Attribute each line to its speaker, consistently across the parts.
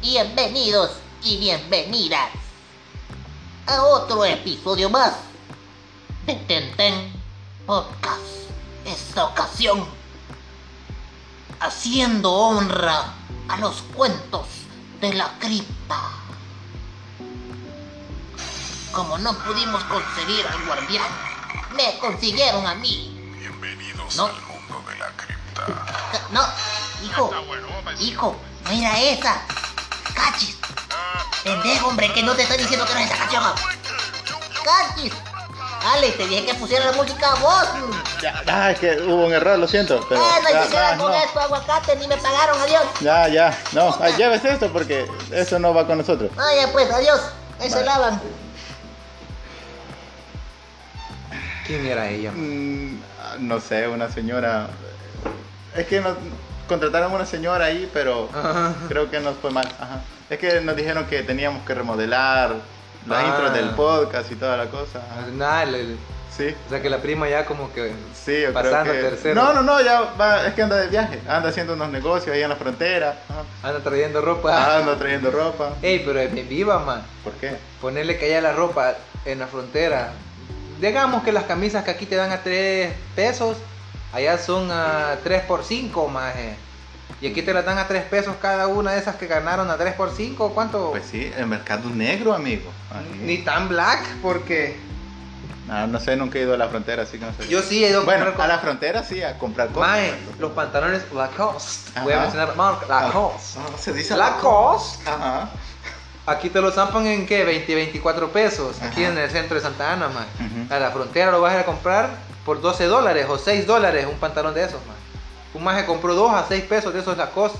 Speaker 1: Bienvenidos y bienvenidas a otro episodio más de Tenten Podcast. Esta ocasión haciendo honra a los cuentos de la cripta. Como no pudimos conseguir al guardián, me consiguieron a mí.
Speaker 2: Bienvenidos
Speaker 1: No.
Speaker 2: al mundo de la cripta.
Speaker 1: No, hijo, hijo, mira esa. Cachis, pendejo, hombre, que no te estoy diciendo que no es esa canción. Cachis, Ale, te dije que pusiera la música a vos.
Speaker 3: Ya, ya, es que hubo un error, lo siento, pero
Speaker 1: Ah, no
Speaker 3: ya,
Speaker 1: hicieron
Speaker 3: ya,
Speaker 1: con
Speaker 3: no.
Speaker 1: esto, aguacate, ni me pagaron, adiós.
Speaker 3: ya, ya, no, ah, llévese esto porque eso no va con nosotros.
Speaker 1: Vaya pues, adiós. Ahí se
Speaker 3: Vale.
Speaker 1: lavan.
Speaker 4: ¿Quién era ella?
Speaker 3: Mm, ah, no sé, una señora, es que nos contrataron una señora ahí, pero
Speaker 4: Ajá.
Speaker 3: creo que nos fue mal, ajá. Es que nos dijeron que teníamos que remodelar las
Speaker 4: Ah.
Speaker 3: intros del podcast y toda la cosa, ajá.
Speaker 4: Nada, el- el-
Speaker 3: sí.
Speaker 4: o sea que la prima ya como que
Speaker 3: Sí, yo
Speaker 4: pasando
Speaker 3: creo que...
Speaker 4: tercero.
Speaker 3: No, no, no, ya va, es que anda de viaje, anda haciendo unos negocios ahí en la frontera, ajá.
Speaker 4: anda trayendo ropa.
Speaker 3: anda trayendo ropa.
Speaker 4: Ey, pero es bien viva, man.
Speaker 3: ¿Por qué?
Speaker 4: Ponerle que haya la ropa en la frontera. Digamos que las camisas que aquí te dan a 3 pesos, allá son a 3 por 5 más. Y aquí te las dan a 3 pesos cada una de esas que ganaron a 3 por 5. ¿Cuánto?
Speaker 3: Pues sí, el mercado negro, amigo. Ahí.
Speaker 4: Ni tan black, porque
Speaker 3: No, no sé, nunca he ido a la frontera, así que no sé.
Speaker 4: yo sí he ido a
Speaker 3: Pues, bueno,
Speaker 4: comprar
Speaker 3: a la
Speaker 4: cosas.
Speaker 3: frontera sí, a comprar cosas.
Speaker 4: Mae, los pantalones Lacoste. Voy a
Speaker 3: Ajá.
Speaker 4: mencionar marca Lacoste.
Speaker 3: Ah, se dice
Speaker 4: Lacoste.
Speaker 3: Ajá.
Speaker 4: Aquí te lo zampan en qué? 20, 24 pesos. Aquí
Speaker 3: Ajá.
Speaker 4: en el centro de Santa Ana, man.
Speaker 3: Ujú.
Speaker 4: A la frontera lo vas a ir a comprar por 12 dólares o 6 dólares un pantalón de esos, man. Un maje compró dos a 6 pesos de esos Lacoste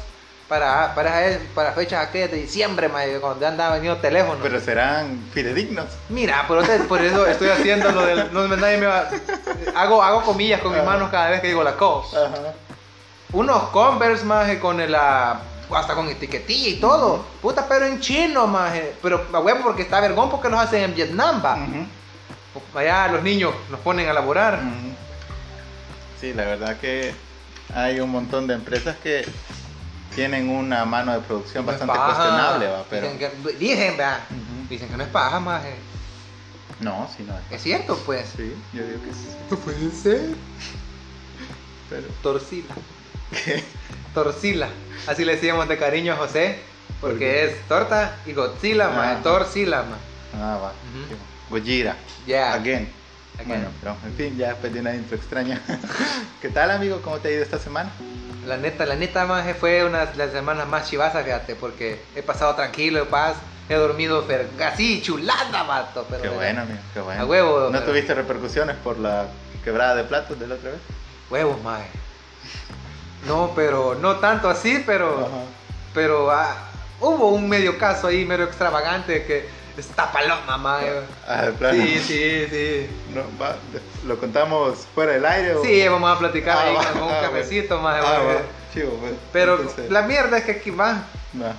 Speaker 4: para, para, para fechas aquellas de diciembre, man, cuando andaba venido teléfono.
Speaker 3: Pero serán fidedignos.
Speaker 4: Mira, por, eso- por eso estoy haciendo lo del. No, nadie me va- hago, hago comillas con mis
Speaker 3: Ajá.
Speaker 4: manos cada vez que digo Lacoste.
Speaker 3: Ajá.
Speaker 4: Unos Converse, maje, con el. ah, hasta con etiquetilla y todo. Puta, pero en chino, maje. Pero, a huevo, porque está vergón, porque los hacen en Vietnam, va. Pues,
Speaker 3: Ujú.
Speaker 4: Allá los niños nos ponen a laborar.
Speaker 3: Ujú. Sí, la verdad que hay un montón de empresas que tienen una mano de producción
Speaker 4: No es
Speaker 3: bastante
Speaker 4: paja.
Speaker 3: cuestionable, va, pero.
Speaker 4: Dicen que, dicen, va.
Speaker 3: Ujú.
Speaker 4: Dicen que no es paja, maje.
Speaker 3: No, sí, no.
Speaker 4: Es cierto, pues.
Speaker 3: Sí, yo digo que sí.
Speaker 4: No puede ser.
Speaker 3: Pero.
Speaker 4: Torcila. Torcila. Así le decíamos de cariño a José. Porque es torta y Godzilla, ma.
Speaker 3: Ajá.
Speaker 4: Torcila, ma.
Speaker 3: Ah, va.
Speaker 4: Ujú.
Speaker 3: Gojira.
Speaker 4: Ya.
Speaker 3: Again.
Speaker 4: Again.
Speaker 3: Bueno, pero en fin, ya después de una intro extraña. ¿Qué tal, amigo? ¿Cómo te ha ido esta semana?
Speaker 4: La neta, la neta, maje, fue una de las semanas más chivasas, fíjate, porque he pasado tranquilo, en paz, he dormido fer- así, chulada, vato. Pero
Speaker 3: qué
Speaker 4: mira,
Speaker 3: bueno, amigo, qué bueno.
Speaker 4: A huevo,
Speaker 3: ¿No
Speaker 4: pero-
Speaker 3: tuviste repercusiones por la quebrada de platos de la otra vez?
Speaker 4: Huevos, maje. No, pero, no tanto así, pero, pero ah, hubo un medio caso ahí, medio extravagante, que está paloma, maje.
Speaker 3: Ah, de plano.
Speaker 4: Sí, sí, sí.
Speaker 3: No, va, ¿Lo contamos fuera del aire? o-
Speaker 4: Sí, vamos a platicar
Speaker 3: Oh. Ah,
Speaker 4: ahí
Speaker 3: va,
Speaker 4: con un
Speaker 3: ah,
Speaker 4: cafecito,
Speaker 3: bueno.
Speaker 4: maje.
Speaker 3: Ah,
Speaker 4: porque-
Speaker 3: va, chivo, bueno.
Speaker 4: Pero
Speaker 3: Entonces,
Speaker 4: la mierda es que aquí, va,
Speaker 3: ajá.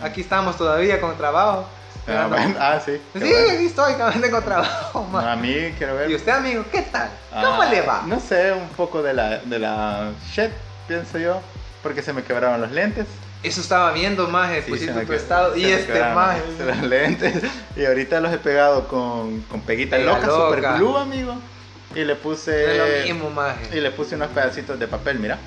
Speaker 4: aquí estamos todavía con trabajo.
Speaker 3: Ah,
Speaker 4: Esperando-
Speaker 3: bueno, ah, sí. qué
Speaker 4: Sí,
Speaker 3: bueno.
Speaker 4: aquí estoy, cabrón, tengo trabajo,
Speaker 3: No,
Speaker 4: man.
Speaker 3: a mí quiero ver.
Speaker 4: ¿Y usted, amigo, qué tal? ¿Cómo
Speaker 3: Ah,
Speaker 4: le va?
Speaker 3: No sé, un poco de la, de la shit, pienso yo. Porque se me quebraron los lentes.
Speaker 4: Eso estaba viendo, maje,
Speaker 3: Sí, se
Speaker 4: pusiste
Speaker 3: me
Speaker 4: tu
Speaker 3: que-
Speaker 4: estado
Speaker 3: se
Speaker 4: y
Speaker 3: me
Speaker 4: este
Speaker 3: quedaron
Speaker 4: maje.
Speaker 3: los lentes. Y ahorita los he pegado con, con peguita
Speaker 4: Pega
Speaker 3: loca,
Speaker 4: loca.
Speaker 3: super glue, amigo. Y le
Speaker 4: No
Speaker 3: puse.
Speaker 4: es lo mismo,
Speaker 3: Y
Speaker 4: maje.
Speaker 3: le puse unos pedacitos de papel, mira.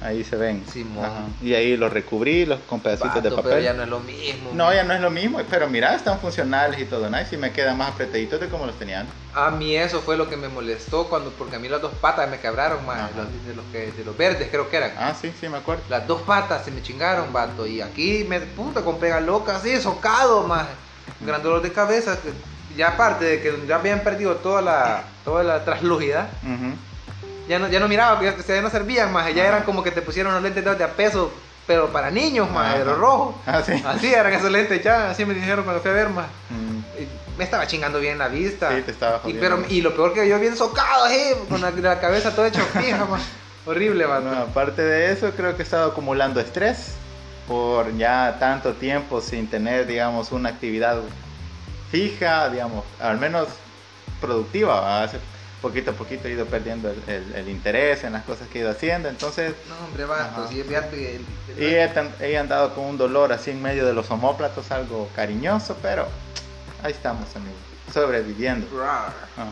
Speaker 3: Ahí se ven.
Speaker 4: Simón.
Speaker 3: Ajá. Y ahí los recubrí los, con pedacitos de
Speaker 4: Vato, pero
Speaker 3: papel.
Speaker 4: ya no es lo mismo.
Speaker 3: no, ya no es lo mismo, pero mira, están funcionales y todo, nice. Y me quedan más apretaditos de como los tenían.
Speaker 4: A mí eso fue lo que me molestó cuando, porque a mí las dos patas me quebraron, maje,
Speaker 3: Ajá.
Speaker 4: los- de los, que, de los verdes creo que eran.
Speaker 3: Ah, sí, sí, me acuerdo.
Speaker 4: Las dos patas se me chingaron, vato. Y aquí me puta con pega loca, así, socado, maje. Un Gran dolor de cabeza. que- Ya aparte de que ya habían perdido toda la, toda la traslujidad.
Speaker 3: Ujú.
Speaker 4: Ya no, ya no miraba, ya, o sea, ya no servían más, ya eran como que te pusieron los lentes de a peso, pero para niños más,
Speaker 3: Ajá.
Speaker 4: de los rojos.
Speaker 3: Ah, sí.
Speaker 4: Así eran esos lentes ya, así me dijeron cuando fui a ver más.
Speaker 3: Mm,
Speaker 4: Y Me estaba chingando bien la vista.
Speaker 3: Sí, te estaba
Speaker 4: y,
Speaker 3: jodiendo.
Speaker 4: pero, y lo peor que yo bien socado, así, con la, la cabeza toda hecha fija, más. Horrible,
Speaker 3: No,
Speaker 4: mano.
Speaker 3: aparte de eso, creo que he estado acumulando estrés por ya tanto tiempo sin tener, digamos, una actividad fija, digamos, al menos productiva. ¿va? Hace- poquito a poquito he ido perdiendo el, el- el interés en las cosas que he ido haciendo. Entonces,
Speaker 4: No, hombre, vato,
Speaker 3: Ajá.
Speaker 4: si es fíjate, el- el-
Speaker 3: y he, tan- he andado con un dolor así en medio de los homóplatos, algo cariñoso, pero ahí estamos, amigos, sobreviviendo.
Speaker 4: Rar,
Speaker 3: Ajá.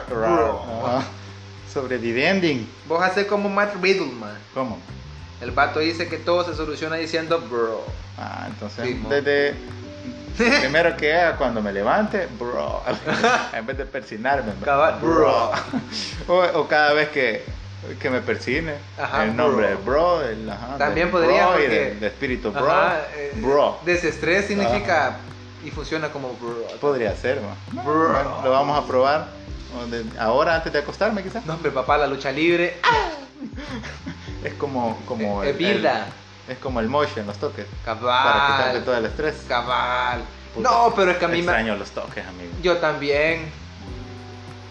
Speaker 4: rar, bro.
Speaker 3: Ajá. Sobreviviendo.
Speaker 4: Vos hacés como Matt Riddle, man.
Speaker 3: ¿Cómo?
Speaker 4: El vato dice que todo se soluciona diciendo bro.
Speaker 3: Ah, entonces,
Speaker 4: Sí, mo.
Speaker 3: desde primero que haga cuando me levante, bro, en vez de persinarme, me-
Speaker 4: Cabal, bro.
Speaker 3: O, o cada vez que, que me persine,
Speaker 4: Ajá,
Speaker 3: el nombre
Speaker 4: bro.
Speaker 3: del bro, el, ajá,
Speaker 4: También
Speaker 3: del
Speaker 4: podría,
Speaker 3: bro y
Speaker 4: porque-
Speaker 3: del, del espíritu bro,
Speaker 4: Ajá, eh,
Speaker 3: bro,
Speaker 4: Desestrés significa y funciona como bro.
Speaker 3: podría ser, ¿no?
Speaker 4: Bro.
Speaker 3: Bueno, lo vamos a probar o de- ahora antes de acostarme quizás.
Speaker 4: No, hombre, papá, la lucha libre.
Speaker 3: Es como, como
Speaker 4: Eh, Ah, eh, birra.
Speaker 3: es como el motion, los toques, para quitarte
Speaker 4: Cabal.
Speaker 3: todo el estrés.
Speaker 4: Cabal.
Speaker 3: Puta,
Speaker 4: No, pero es que a mí me.
Speaker 3: extraño los toques, amigo.
Speaker 4: Yo pues, también.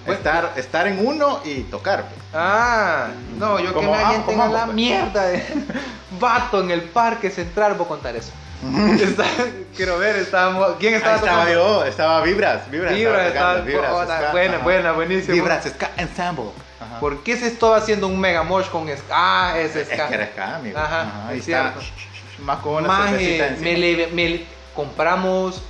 Speaker 4: Bueno.
Speaker 3: estar, estar en uno y tocar. pues.
Speaker 4: Ah, no, yo que
Speaker 3: Como
Speaker 4: me alguien
Speaker 3: amo,
Speaker 4: tenga
Speaker 3: como
Speaker 4: la
Speaker 3: amo, pues.
Speaker 4: mierda de vato en el parque central, voy a contar eso. Está- quiero ver, estábamos. ¿Quién estaba
Speaker 3: Ahí estaba
Speaker 4: tocando?
Speaker 3: yo, estaba Vibras, Vibras.
Speaker 4: Vibra,
Speaker 3: estaba
Speaker 4: estaba-
Speaker 3: tocando, Vibras,
Speaker 4: Hola,
Speaker 3: Ska,
Speaker 4: buena,
Speaker 3: ajá.
Speaker 4: buena, buenísimo.
Speaker 3: Vibras, Ska Ensemble. Ajá.
Speaker 4: ¿Por qué se estaba haciendo un mega mosh con ska? Ah, es
Speaker 3: es
Speaker 4: ska.
Speaker 3: que era Ska, amigo.
Speaker 4: Ajá,
Speaker 3: ahí
Speaker 4: es
Speaker 3: está.
Speaker 4: cierto. eh,
Speaker 3: Más con una
Speaker 4: Maje,
Speaker 3: cervecita encima.
Speaker 4: me le- me le- compramos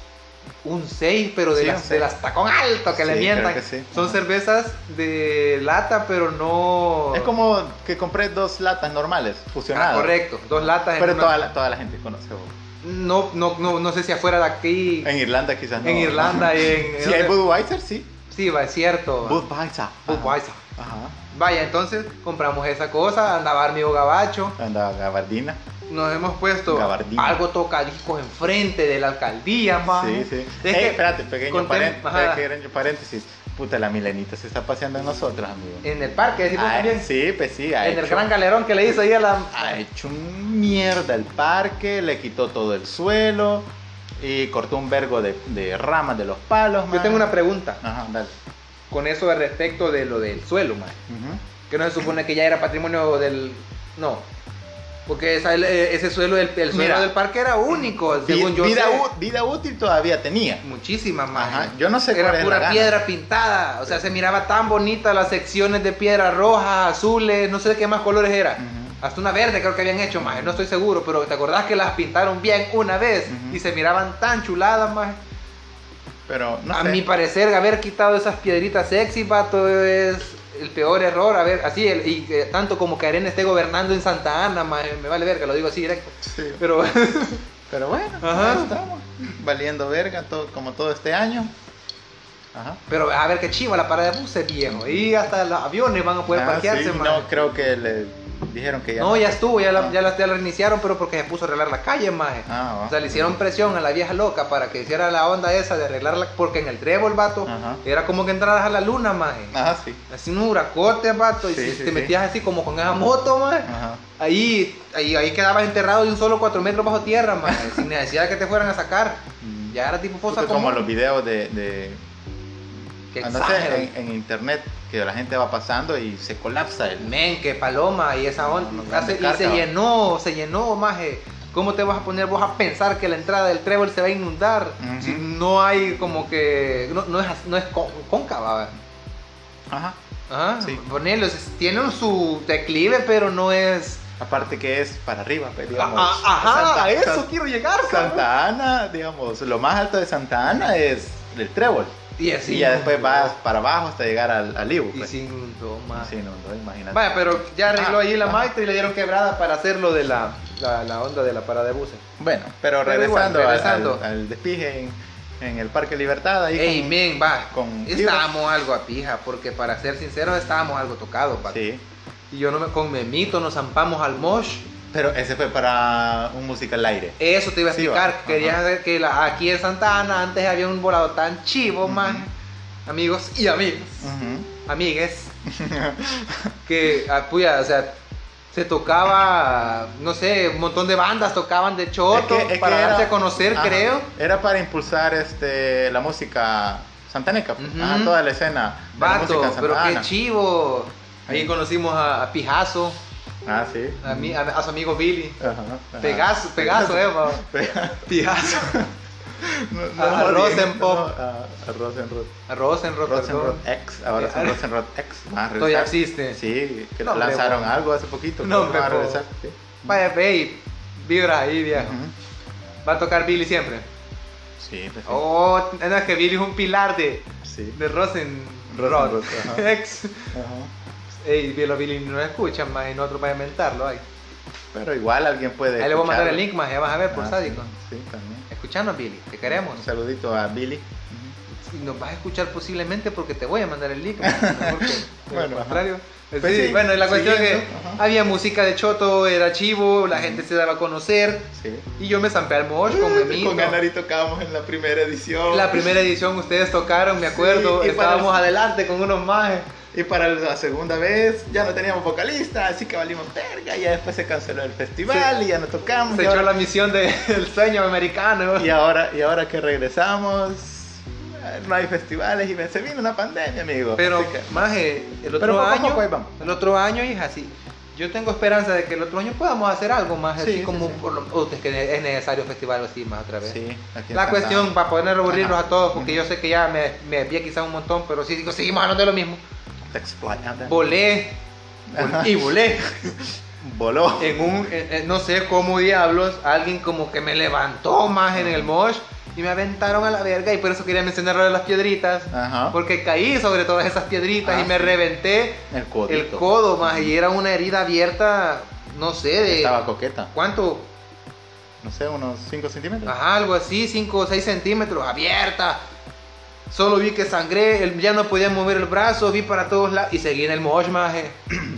Speaker 4: un 6, pero de,
Speaker 3: Sí, un
Speaker 4: las, de
Speaker 3: seis.
Speaker 4: las tacón alto que le
Speaker 3: Sí,
Speaker 4: mientan.
Speaker 3: creo que sí.
Speaker 4: Son
Speaker 3: Ajá.
Speaker 4: cervezas de lata, pero no.
Speaker 3: Es como que compré dos latas normales,
Speaker 4: Ah,
Speaker 3: fusionadas.
Speaker 4: correcto, dos latas. en
Speaker 3: Pero
Speaker 4: una-
Speaker 3: toda la, toda la gente conoce. vos.
Speaker 4: no, no, no, no sé si afuera de aquí.
Speaker 3: En Irlanda quizás no.
Speaker 4: En Irlanda y en-
Speaker 3: Si hay Budweiser, sí.
Speaker 4: Sí, va, es cierto.
Speaker 3: Budweiser.
Speaker 4: Budweiser.
Speaker 3: Ajá.
Speaker 4: Vaya, entonces compramos esa cosa, andaba mi gabacho.
Speaker 3: Andaba gabardina.
Speaker 4: Nos hemos puesto
Speaker 3: Gabardina.
Speaker 4: algo tocadiscos enfrente de la alcaldía, man.
Speaker 3: Sí, sí.
Speaker 4: Es
Speaker 3: Ey,
Speaker 4: que-
Speaker 3: espérate, pequeño,
Speaker 4: contem-
Speaker 3: paren-
Speaker 4: Ajá.
Speaker 3: pequeño paréntesis. Puta, la milenita se está paseando en nosotros, amigo.
Speaker 4: En el parque, decimos
Speaker 3: Ay,
Speaker 4: también.
Speaker 3: sí, pues sí. ha
Speaker 4: en el
Speaker 3: hecho-
Speaker 4: gran galerón que le hizo ahí a la.
Speaker 3: ha hecho un mierda el parque, le quitó todo el suelo y cortó un vergo de, de ramas de los palos.
Speaker 4: Yo
Speaker 3: man.
Speaker 4: tengo una pregunta
Speaker 3: Ajá, dale.
Speaker 4: con eso de respecto de lo del suelo, man.
Speaker 3: Ujú.
Speaker 4: Que no se supone que ya era patrimonio del. No. Porque esa- el- eh, ese suelo, del, el suelo
Speaker 3: Mira.
Speaker 4: del parque era único,
Speaker 3: Vi-
Speaker 4: según yo.
Speaker 3: vida,
Speaker 4: sé.
Speaker 3: ú- vida útil todavía tenía.
Speaker 4: Muchísimas más.
Speaker 3: Ajá, yo no sé cuál
Speaker 4: Era
Speaker 3: es
Speaker 4: pura
Speaker 3: la gana.
Speaker 4: piedra pintada. O sea, se miraba tan bonita las secciones de piedra rojas, azules, no sé qué más colores era.
Speaker 3: Ujú.
Speaker 4: Hasta una verde creo que habían hecho más, no estoy seguro, pero te acordás que las pintaron bien una vez
Speaker 3: Ujú.
Speaker 4: y se miraban tan chuladas más.
Speaker 3: Pero no
Speaker 4: a
Speaker 3: sé.
Speaker 4: mi parecer, haber quitado esas piedritas sexy, vato, es el peor error. A ver, así, el- y eh, tanto como que Arena esté gobernando en Santa Ana, ma, eh, me vale verga, lo digo así directo.
Speaker 3: Sí,
Speaker 4: Pero
Speaker 3: Pero bueno,
Speaker 4: Ajá.
Speaker 3: ahí estamos. Valiendo verga todo, como todo este año. Ajá.
Speaker 4: Pero a ver qué chiva la parada de buses, viejo. Y hasta los aviones van a poder
Speaker 3: Ah,
Speaker 4: parquearse,
Speaker 3: sí,
Speaker 4: man.
Speaker 3: No, creo que le dijeron que ya.
Speaker 4: No, ya estuvo, ya la,
Speaker 3: Ah.
Speaker 4: ya, la, ya la reiniciaron, pero porque se puso a arreglar la calle, maje.
Speaker 3: Ah, va.
Speaker 4: O sea, le hicieron presión a la vieja loca para que hiciera la onda esa de arreglarla, porque en el trébol, vato,
Speaker 3: Ajá.
Speaker 4: era como que entraras a la luna, maje.
Speaker 3: Ajá, sí.
Speaker 4: Así un huracote, vato, y
Speaker 3: Sí,
Speaker 4: si
Speaker 3: sí,
Speaker 4: te
Speaker 3: sí.
Speaker 4: metías así como con esa moto, maje,
Speaker 3: Ajá.
Speaker 4: ahí, ahí, ahí quedabas enterrado de un solo cuatro metros bajo tierra, maje, sin necesidad de que te fueran a sacar.
Speaker 3: Mm.
Speaker 4: Ya era tipo fosa
Speaker 3: Puta, como
Speaker 4: común.
Speaker 3: los videos de, de-
Speaker 4: Qué
Speaker 3: ah, no sé,
Speaker 4: exagero.
Speaker 3: en, en internet que la gente va pasando y se colapsa el
Speaker 4: Men, que paloma y esa onda.
Speaker 3: No, no, grande
Speaker 4: Hace- y
Speaker 3: carga,
Speaker 4: se
Speaker 3: va.
Speaker 4: llenó, se llenó, maje. ¿Cómo te vas a poner vos a pensar que la entrada del trébol se va a inundar?
Speaker 3: Ujú.
Speaker 4: Si no hay como que. No, no es, as- no es con- cóncava. ¿va?
Speaker 3: Ajá.
Speaker 4: Ajá.
Speaker 3: Sí.
Speaker 4: Ponele, o sea, tienen su declive, pero no es.
Speaker 3: Aparte que es para arriba, pues,
Speaker 4: A-
Speaker 3: digamos.
Speaker 4: a- Ah, ajá,
Speaker 3: Santa-
Speaker 4: a eso
Speaker 3: San-
Speaker 4: quiero llegar, cabrón.
Speaker 3: Santa Ana, digamos, lo más alto de Santa Ana es el trébol.
Speaker 4: Y así.
Speaker 3: y ya después vas para abajo hasta llegar al, al Ibu,
Speaker 4: Y
Speaker 3: pues.
Speaker 4: se inundó, maje.
Speaker 3: Sí, no, no, imagínate.
Speaker 4: Vaya, pero ya arregló
Speaker 3: Ah,
Speaker 4: ahí la
Speaker 3: ajá.
Speaker 4: maestra y le dieron quebrada para hacer lo de la, la, la onda de la parada de buses.
Speaker 3: Bueno, pero
Speaker 4: Pero igual,
Speaker 3: regresando, al-
Speaker 4: regresando.
Speaker 3: Al, al despije en, en el Parque Libertad, ahí
Speaker 4: Ey,
Speaker 3: con-
Speaker 4: men, va.
Speaker 3: con
Speaker 4: estábamos algo a pija, porque para ser sinceros, estábamos algo tocados, va.
Speaker 3: Sí.
Speaker 4: Y yo no me, con Memito nos zampamos al mosh.
Speaker 3: Pero ese fue para un musical al aire.
Speaker 4: Eso te iba a
Speaker 3: Sí,
Speaker 4: explicar.
Speaker 3: va.
Speaker 4: Querías
Speaker 3: Ajá.
Speaker 4: ver que la- aquí en Santa Ana antes había un volado tan chivo, man. Amigos y amigos,
Speaker 3: Ujú.
Speaker 4: amigues, que, ah, puya, o sea, se tocaba, no sé, un montón de bandas tocaban de choto
Speaker 3: Es que- es
Speaker 4: para
Speaker 3: que era-
Speaker 4: darse a conocer,
Speaker 3: Ajá.
Speaker 4: creo.
Speaker 3: Era para impulsar este, la música santaneca, pues.
Speaker 4: Ujú.
Speaker 3: Ajá, toda la escena de la
Speaker 4: Vato,
Speaker 3: música Santa
Speaker 4: pero qué
Speaker 3: Ana.
Speaker 4: chivo. Ahí
Speaker 3: Sí.
Speaker 4: conocimos a, a Pijazo,
Speaker 3: Ah, sí.
Speaker 4: a, mi- a- a su amigo Billy.
Speaker 3: Ajá, ajá.
Speaker 4: Pegaso, Pegaso, eh, va.
Speaker 3: Pegaso.
Speaker 4: Pijazo.
Speaker 3: No, no,
Speaker 4: A- arroz
Speaker 3: bien,
Speaker 4: en pop.
Speaker 3: no, a- Arroz en rot.
Speaker 4: A Rosenroth, perdón.
Speaker 3: Rosenrod X, ahora
Speaker 4: Eh,
Speaker 3: son Rosenrod X. Van a regresar.
Speaker 4: Todavía existe.
Speaker 3: Sí, que
Speaker 4: No, hombre,
Speaker 3: lanzaron
Speaker 4: po.
Speaker 3: algo hace poquito. pero van a
Speaker 4: No, hombre, po.
Speaker 3: regresar. sí.
Speaker 4: Vaya, eh, ve y vibras ahí, viejo.
Speaker 3: Ujú.
Speaker 4: Va a tocar Billy siempre.
Speaker 3: Sí, pues sí.
Speaker 4: Oh, no, es que Billy es un pilar de,
Speaker 3: Sí.
Speaker 4: de Rosenroth.
Speaker 3: Rosenroth, ajá.
Speaker 4: Ex.
Speaker 3: Ajá.
Speaker 4: Ey, los Billy no lo escuchan más y nosotros para inventarlo ahí.
Speaker 3: Pero igual alguien puede.
Speaker 4: Ahí le voy a mandar el
Speaker 3: escucharlo.
Speaker 4: link más, ya vas a ver, por
Speaker 3: Ah,
Speaker 4: sádico.
Speaker 3: Sí, sí, también.
Speaker 4: Escuchanos, Billy, te queremos.
Speaker 3: Un saludito a Billy.
Speaker 4: Y nos vas a escuchar posiblemente porque te voy a mandar el link. man, porque, de lo
Speaker 3: Bueno, ajá.
Speaker 4: contrario.
Speaker 3: Pues
Speaker 4: Sí,
Speaker 3: sí,
Speaker 4: bueno, la cuestión es que
Speaker 3: siguiendo, ajá.
Speaker 4: había música de Choto, era chivo, la gente se daba a conocer.
Speaker 3: Sí.
Speaker 4: Y yo me zampé al mosh con mi amigo.
Speaker 3: Con Anari tocábamos en la primera edición.
Speaker 4: La primera edición ustedes tocaron, me acuerdo.
Speaker 3: Sí, y para
Speaker 4: Estábamos
Speaker 3: el-
Speaker 4: adelante con unos majes.
Speaker 3: Y para la segunda vez ya no teníamos vocalista, así que valimos verga. Ya después se canceló el festival y ya no tocamos.
Speaker 4: Se
Speaker 3: y
Speaker 4: echó
Speaker 3: ahora-
Speaker 4: la misión del sueño americano.
Speaker 3: Y ahora, y ahora que regresamos, no hay festivales y me- se vino una pandemia, amigo.
Speaker 4: Pero,
Speaker 3: Así que-
Speaker 4: maje, el otro
Speaker 3: Pero poco a
Speaker 4: año.
Speaker 3: poco ahí vamos.
Speaker 4: El otro año, hija, sí. Yo tengo esperanza de que el otro año podamos hacer algo más,
Speaker 3: Sí,
Speaker 4: así
Speaker 3: sí,
Speaker 4: como
Speaker 3: sí.
Speaker 4: por lo- o es que es necesario festival así más otra vez.
Speaker 3: Sí, aquí
Speaker 4: La
Speaker 3: está.
Speaker 4: cuestión, para poder aburrirlos
Speaker 3: Ajá.
Speaker 4: a todos, porque yo sé que ya me, me desvié quizás un montón, pero sí digo, seguimos hablando de lo mismo.
Speaker 3: Te explayada.
Speaker 4: Volé vol-
Speaker 3: Ajá.
Speaker 4: y volé
Speaker 3: Voló.
Speaker 4: en un, en- en- no sé cómo diablos, alguien como que me levantó más en el mosh y me aventaron a la verga y por eso quería mencionar lo de las piedritas,
Speaker 3: Ajá.
Speaker 4: porque caí sobre todas esas piedritas
Speaker 3: Ah,
Speaker 4: y me
Speaker 3: sí.
Speaker 4: reventé
Speaker 3: El codito.
Speaker 4: el codo más y era una herida abierta, no sé, de...
Speaker 3: Estaba coqueta.
Speaker 4: ¿Cuánto?
Speaker 3: No sé, unos 5 centímetros.
Speaker 4: Ajá, algo así, 5 o 6 centímetros, abierta. Solo vi que sangré, el- ya no podía mover el brazo, vi para todos lados y seguí en el mosh maje.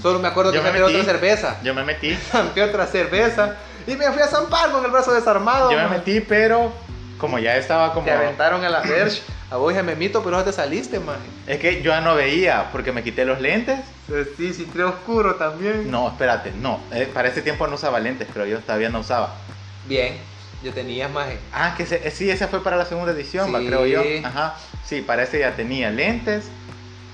Speaker 4: Solo me acuerdo que
Speaker 3: Yo
Speaker 4: me
Speaker 3: me
Speaker 4: otra
Speaker 3: metí.
Speaker 4: cerveza.
Speaker 3: Yo me metí.
Speaker 4: Zampé otra cerveza y me fui a zampar con el brazo desarmado.
Speaker 3: Yo me
Speaker 4: maje.
Speaker 3: metí, pero como ya estaba como...
Speaker 4: Te aventaron a la verge, a vos y a Memito, pero vos te saliste, maje.
Speaker 3: Es que yo ya no veía porque me quité los lentes.
Speaker 4: Sí, sí, tres oscuro también.
Speaker 3: No, espérate, no. Eh, para ese tiempo no usaba lentes, pero yo todavía no usaba.
Speaker 4: Bien, yo tenía maje.
Speaker 3: Ah, que se- eh, sí, esa fue para la segunda edición, va,
Speaker 4: Sí.
Speaker 3: creo yo. Ajá. Sí, para ese ya tenía lentes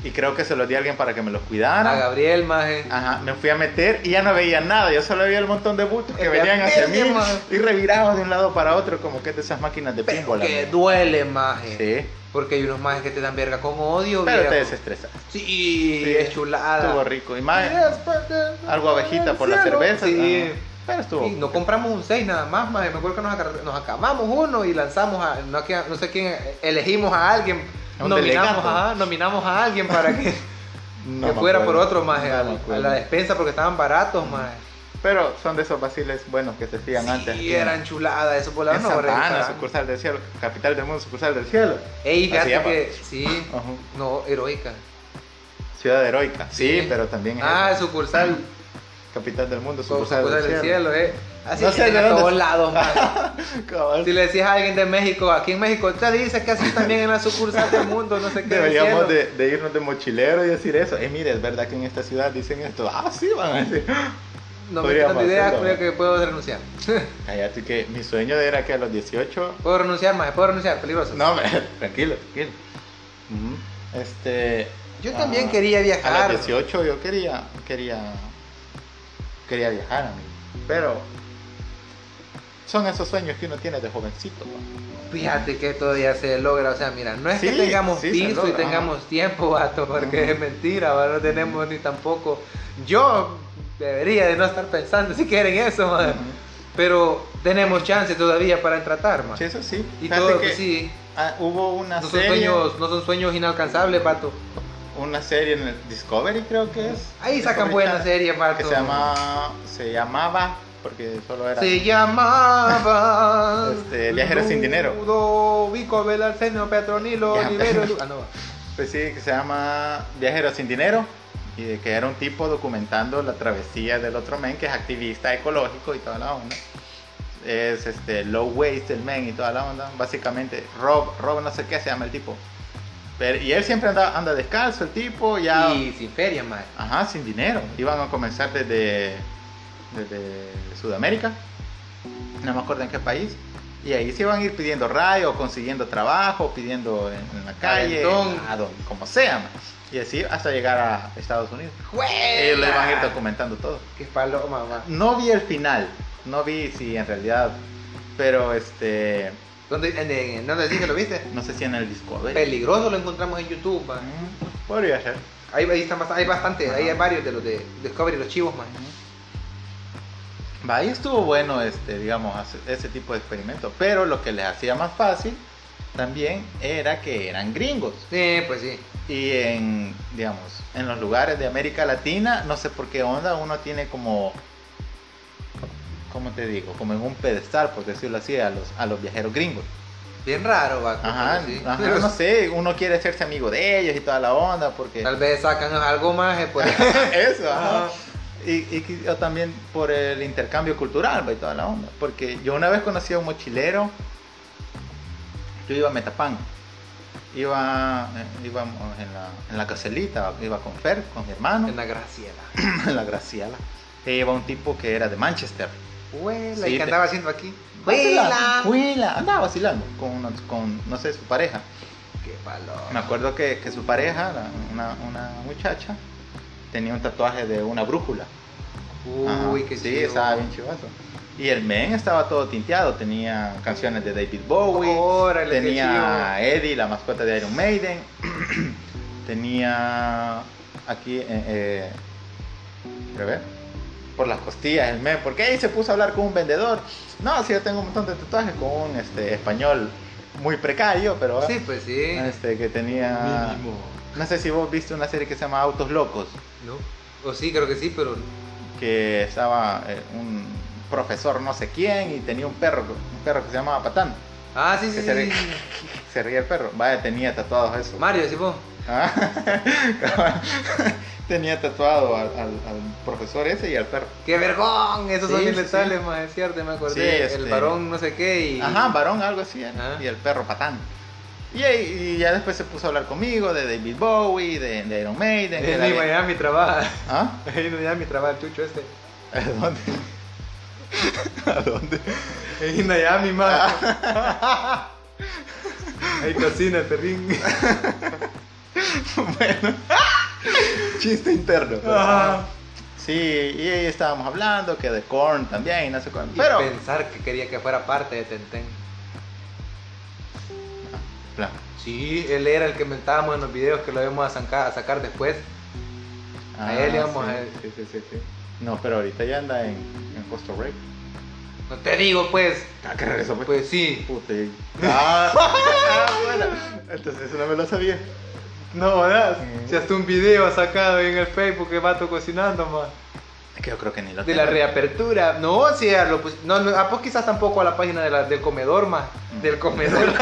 Speaker 3: y creo que se los di a alguien para que me los
Speaker 4: A
Speaker 3: cuidara.
Speaker 4: Gabriel, maje.
Speaker 3: Ajá, me fui a meter y ya no veía nada, yo solo veía el montón de bultos que
Speaker 4: Es que
Speaker 3: venían hacia mí
Speaker 4: apete, maje.
Speaker 3: y reviraban de un lado para otro como que de esas máquinas de
Speaker 4: Pero
Speaker 3: pinball.
Speaker 4: que
Speaker 3: amigo.
Speaker 4: duele, maje.
Speaker 3: Sí,
Speaker 4: Porque hay unos majes que te dan verga con odio,
Speaker 3: pero te
Speaker 4: viejo.
Speaker 3: desestresaste.
Speaker 4: Sí,
Speaker 3: Sí,
Speaker 4: es chulada.
Speaker 3: Estuvo rico. Y más, algo abejita por la
Speaker 4: Cielo.
Speaker 3: cerveza.
Speaker 4: Sí.
Speaker 3: ajá. Pero estuvo.
Speaker 4: Sí, no compramos un 6 nada más, maje. Me acuerdo que nos, acar- nos acabamos uno y lanzamos a. No, que- no sé quién. Elegimos a alguien.
Speaker 3: A un
Speaker 4: nominamos,
Speaker 3: delegado.
Speaker 4: ajá, nominamos a alguien para que,
Speaker 3: No
Speaker 4: que
Speaker 3: me
Speaker 4: fuera por
Speaker 3: acuerdo.
Speaker 4: otro
Speaker 3: No
Speaker 4: más a,
Speaker 3: me
Speaker 4: la- a
Speaker 3: acuerdo.
Speaker 4: la despensa porque estaban baratos más.
Speaker 3: Pero son de esos vaciles buenos que se hacían antes.
Speaker 4: Sí, eran chuladas, esos
Speaker 3: En
Speaker 4: volaban
Speaker 3: Santana, sucursal del cielo, capital del mundo, sucursal del cielo.
Speaker 4: Ey,
Speaker 3: Así
Speaker 4: fíjate
Speaker 3: llama.
Speaker 4: que. Sí,
Speaker 3: Ajá.
Speaker 4: no, heroica.
Speaker 3: Ciudad heroica. Sí,
Speaker 4: Sí.
Speaker 3: pero también es
Speaker 4: Ah,
Speaker 3: eso.
Speaker 4: sucursal.
Speaker 3: capital del mundo,
Speaker 4: Sucursal
Speaker 3: sucursal,
Speaker 4: del cielo, eh. Así
Speaker 3: No
Speaker 4: que
Speaker 3: sé de
Speaker 4: tiene a
Speaker 3: dónde-
Speaker 4: todos lados, maje.
Speaker 3: Cabal.
Speaker 4: Si le decías a alguien de México, aquí en México, te dice que así también en la sucursal del mundo, no sé qué.
Speaker 3: Deberíamos
Speaker 4: del cielo.
Speaker 3: de, de irnos de mochilero y decir eso. Eh, mire, es verdad que en esta ciudad dicen esto. Ah, sí, van a decir.
Speaker 4: No me
Speaker 3: podríamos
Speaker 4: quitan ideas,
Speaker 3: hacerlo,
Speaker 4: creo que puedo renunciar.
Speaker 3: Cállate que mi sueño era que a los 18
Speaker 4: Puedo renunciar, más, puedo renunciar, peligroso.
Speaker 3: No, hombre, tranquilo, tranquilo. Ujú. Este.
Speaker 4: Yo
Speaker 3: ah,
Speaker 4: también quería
Speaker 3: A
Speaker 4: viajar.
Speaker 3: los 18 yo quería. Quería. Quería viajar, amigo. Pero. Son esos sueños que uno tiene de jovencito. va.
Speaker 4: Fíjate que todavía se logra, o sea, mira, no es que
Speaker 3: Sí,
Speaker 4: tengamos
Speaker 3: sí, se
Speaker 4: piso y
Speaker 3: logra,
Speaker 4: tengamos tiempo, vato, porque
Speaker 3: Ajá.
Speaker 4: es mentira, va, no tenemos ni tampoco. Yo debería de no estar pensando si quieren eso, man. pero tenemos chance todavía para tratar, man.
Speaker 3: Sí, eso sí.
Speaker 4: y
Speaker 3: Fíjate
Speaker 4: todo,
Speaker 3: que
Speaker 4: pues, sí.
Speaker 3: ah, hubo una
Speaker 4: No son,
Speaker 3: serie.
Speaker 4: sueños, no son sueños inalcanzables, pato.
Speaker 3: Una serie en el Discovery, creo que es.
Speaker 4: Ahí sacan
Speaker 3: Discovery
Speaker 4: buenas
Speaker 3: Channel,
Speaker 4: series, pato.
Speaker 3: Que se, llama, se llamaba. Porque solo era.
Speaker 4: Se llamaba.
Speaker 3: Este, Viajeros sin Dinero.
Speaker 4: Ludovico Belarsenio Petronilo
Speaker 3: Ya,
Speaker 4: Olivero.
Speaker 3: pero-
Speaker 4: Ah, no.
Speaker 3: Pues sí, que se llama Viajeros sin Dinero y de que era un tipo documentando la travesía del otro men que es activista ecológico y toda la onda. Es este low waste el men y toda la onda. Básicamente, Rob, Rob no sé qué se llama el tipo. Pero, y él siempre anda, anda descalzo, el tipo, ya.
Speaker 4: Y sin feria, más.
Speaker 3: Ajá, sin dinero. Iban a comenzar desde, desde Sudamérica. No me acuerdo en qué país. Y ahí se iban a ir pidiendo rayos, consiguiendo trabajo, pidiendo en, en la calle,
Speaker 4: Calentón.
Speaker 3: a donde- como sea. man. Y así hasta llegar a Estados Unidos. Ellos lo iban a ir documentando todo.
Speaker 4: Qué paloma, ma.
Speaker 3: No vi el final. No vi si en realidad. Pero este.
Speaker 4: ¿Dónde, en, en- ¿dónde sí que lo viste?
Speaker 3: No sé si en el Discovery.
Speaker 4: Peligroso lo encontramos en YouTube, ma.
Speaker 3: Mm, Podría ser.
Speaker 4: Ahí, ahí están bast- hay bastante, ahí hay varios de los de Discovery, los chivos, más.
Speaker 3: Va, ahí estuvo bueno este, digamos, hace- ese tipo de experimentos. Pero lo que les hacía más fácil también era que eran gringos.
Speaker 4: Sí, pues sí.
Speaker 3: Y en, digamos, en los lugares de América Latina, no sé por qué onda, uno tiene como, ¿cómo te digo? Como en un pedestal, por decirlo así, a los, a los viajeros gringos.
Speaker 4: Bien raro, va.
Speaker 3: Ajá,
Speaker 4: sí.
Speaker 3: ajá, no sé, uno quiere hacerse amigo de ellos y toda la onda, porque...
Speaker 4: Tal vez sacan algo más, eh, por ahí.
Speaker 3: Eso, ajá.
Speaker 4: Ajá.
Speaker 3: Y, y qui- o también por el intercambio cultural ¿va? y toda la onda. Porque yo una vez conocí a un mochilero, yo iba a Metapán, iba, eh, íbamos en la, en la caselita, iba con Fer, con mi hermano,
Speaker 4: en la Graciela.
Speaker 3: en la Graciela. E iba un tipo que era de Manchester.
Speaker 4: Huela,
Speaker 3: Sí,
Speaker 4: ¿y qué
Speaker 3: te-
Speaker 4: andaba haciendo aquí?
Speaker 3: Vacilando, ¡Huela! Andaba vacilando con, una- con, no sé, su pareja.
Speaker 4: ¡Qué palo!
Speaker 3: Me acuerdo que, que su pareja, la- una, una muchacha, tenía un tatuaje de una brújula.
Speaker 4: Uy,
Speaker 3: Ajá,
Speaker 4: qué
Speaker 3: sí,
Speaker 4: chido.
Speaker 3: estaba bien chivazo. Y el men estaba todo tinteado, tenía canciones de David Bowie,
Speaker 4: Órale, qué
Speaker 3: tenía a Eddie, la mascota de Iron Maiden, tenía aquí, eh, eh, a ver, por las costillas el men, porque ahí se puso a hablar con un vendedor. No, sí, yo tengo un montón de tatuajes con un este, español muy precario, pero
Speaker 4: Sí, pues sí.
Speaker 3: este, que tenía...
Speaker 4: Mínimo.
Speaker 3: No sé si vos viste una serie que se llama Autos Locos
Speaker 4: ¿No? O sí, creo que sí, pero
Speaker 3: que estaba eh, un profesor no sé quién y tenía un perro, un perro que se llamaba Patán.
Speaker 4: Ah, sí,
Speaker 3: Que
Speaker 4: sí,
Speaker 3: se
Speaker 4: sí.
Speaker 3: ve-
Speaker 4: sí.
Speaker 3: Se ría el perro. Vaya, tenía tatuados eso.
Speaker 4: Mario, sí, vos.
Speaker 3: Ah, tenía tatuado al, al- al profesor ese y al perro.
Speaker 4: ¡Qué vergón! Esos
Speaker 3: Sí,
Speaker 4: son
Speaker 3: sí,
Speaker 4: ilegales,
Speaker 3: sí.
Speaker 4: más es cierto, me acordé.
Speaker 3: Sí, este-
Speaker 4: El varón no sé qué y...
Speaker 3: Ajá, varón, algo así. ¿eh?
Speaker 4: Ah.
Speaker 3: Y el perro Patán. Y, ahí- y ya después se puso a hablar conmigo de David Bowie, de, de Iron Maiden. que
Speaker 4: En
Speaker 3: era
Speaker 4: mi
Speaker 3: bien-
Speaker 4: Miami trabaja.
Speaker 3: ¿Ah?
Speaker 4: En Miami trabaja el chucho este.
Speaker 3: ¿A dónde? ¿A dónde? Ah,
Speaker 4: En Miami, más. Ahí cocina el perrín.
Speaker 3: Chiste interno. pero-
Speaker 4: Ajá.
Speaker 3: Sí, y ahí estábamos hablando que de Korn también, y no sé cuánto.
Speaker 4: Y
Speaker 3: Pero,
Speaker 4: pensar que quería que fuera parte de Tenten.
Speaker 3: plan,
Speaker 4: Sí, él era el que mentábamos en los videos que lo íbamos a, zanca- a sacar después. A él íbamos
Speaker 3: Ah, sí,
Speaker 4: a él.
Speaker 3: Sí, sí, sí, sí. No, pero ahorita ya anda en, en Costa Rica.
Speaker 4: No te digo, pues.
Speaker 3: Ah, que regresó, pues.
Speaker 4: Pues sí.
Speaker 3: Puta, y- Ah, ah, bueno. Entonces eso no me lo sabía.
Speaker 4: No, ¿verdad?
Speaker 3: Mm.
Speaker 4: Si hasta un video ha sacado en el Facebook que vato cocinando, más.
Speaker 3: Es que yo creo que ni lo
Speaker 4: De la
Speaker 3: tengo.
Speaker 4: reapertura. No, sí, a lo pus- no, no, ah, pues quizás tampoco a la página de la- del comedor, más. Del comedor.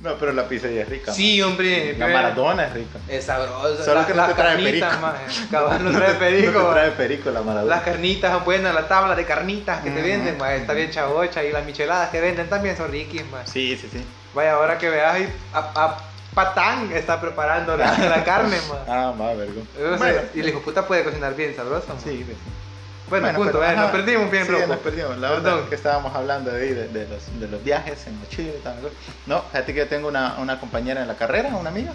Speaker 3: No, pero la pizza ya es rica.
Speaker 4: sí, hombre.
Speaker 3: La Maradona es rica.
Speaker 4: Es sabroso.
Speaker 3: Solo
Speaker 4: Las-
Speaker 3: que no te
Speaker 4: las
Speaker 3: trae
Speaker 4: carnitas,
Speaker 3: perico.
Speaker 4: maje. Cabal, no trae perico.
Speaker 3: No te
Speaker 4: maje.
Speaker 3: trae perico la Maradona.
Speaker 4: Las carnitas son buenas, la tabla de carnitas que te
Speaker 3: Ujú.
Speaker 4: venden, maje, está bien chavocha y las micheladas que venden también son riquis, maje.
Speaker 3: Sí, sí, sí.
Speaker 4: Vaya, ahora que veas, ahí a, a Patán está preparando la, la carne, maje.
Speaker 3: Ah, va, vergón.
Speaker 4: O sea,
Speaker 3: Bueno,
Speaker 4: y el hijo puta puede cocinar bien, sabroso. maje.
Speaker 3: sí, sí.
Speaker 4: Bueno, punto,
Speaker 3: pero,
Speaker 4: vaya, nos
Speaker 3: ajá,
Speaker 4: perdimos bien,
Speaker 3: sí,
Speaker 4: loco.
Speaker 3: nos perdimos. La
Speaker 4: Perdón.
Speaker 3: verdad es que estábamos hablando ahí de, de los, de los viajes en Chile y tal. No, fíjate que yo tengo una, una compañera en la carrera, una amiga,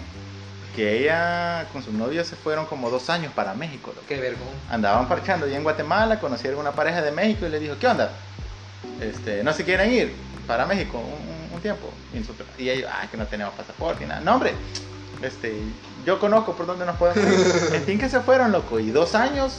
Speaker 3: que ella con su novio se fueron como dos años para México. loco.
Speaker 4: Qué vergón.
Speaker 3: Andaban parchando y en Guatemala, conocieron una pareja de México y le dijo, ¿qué onda? Este, no se quieren ir para México un, un- un tiempo. Y, en su- y ellos, ah, que no tenemos pasaporte ni nada. No, hombre, este, yo conozco por dónde nos podemos ir. En fin, que se fueron, loco, y dos años.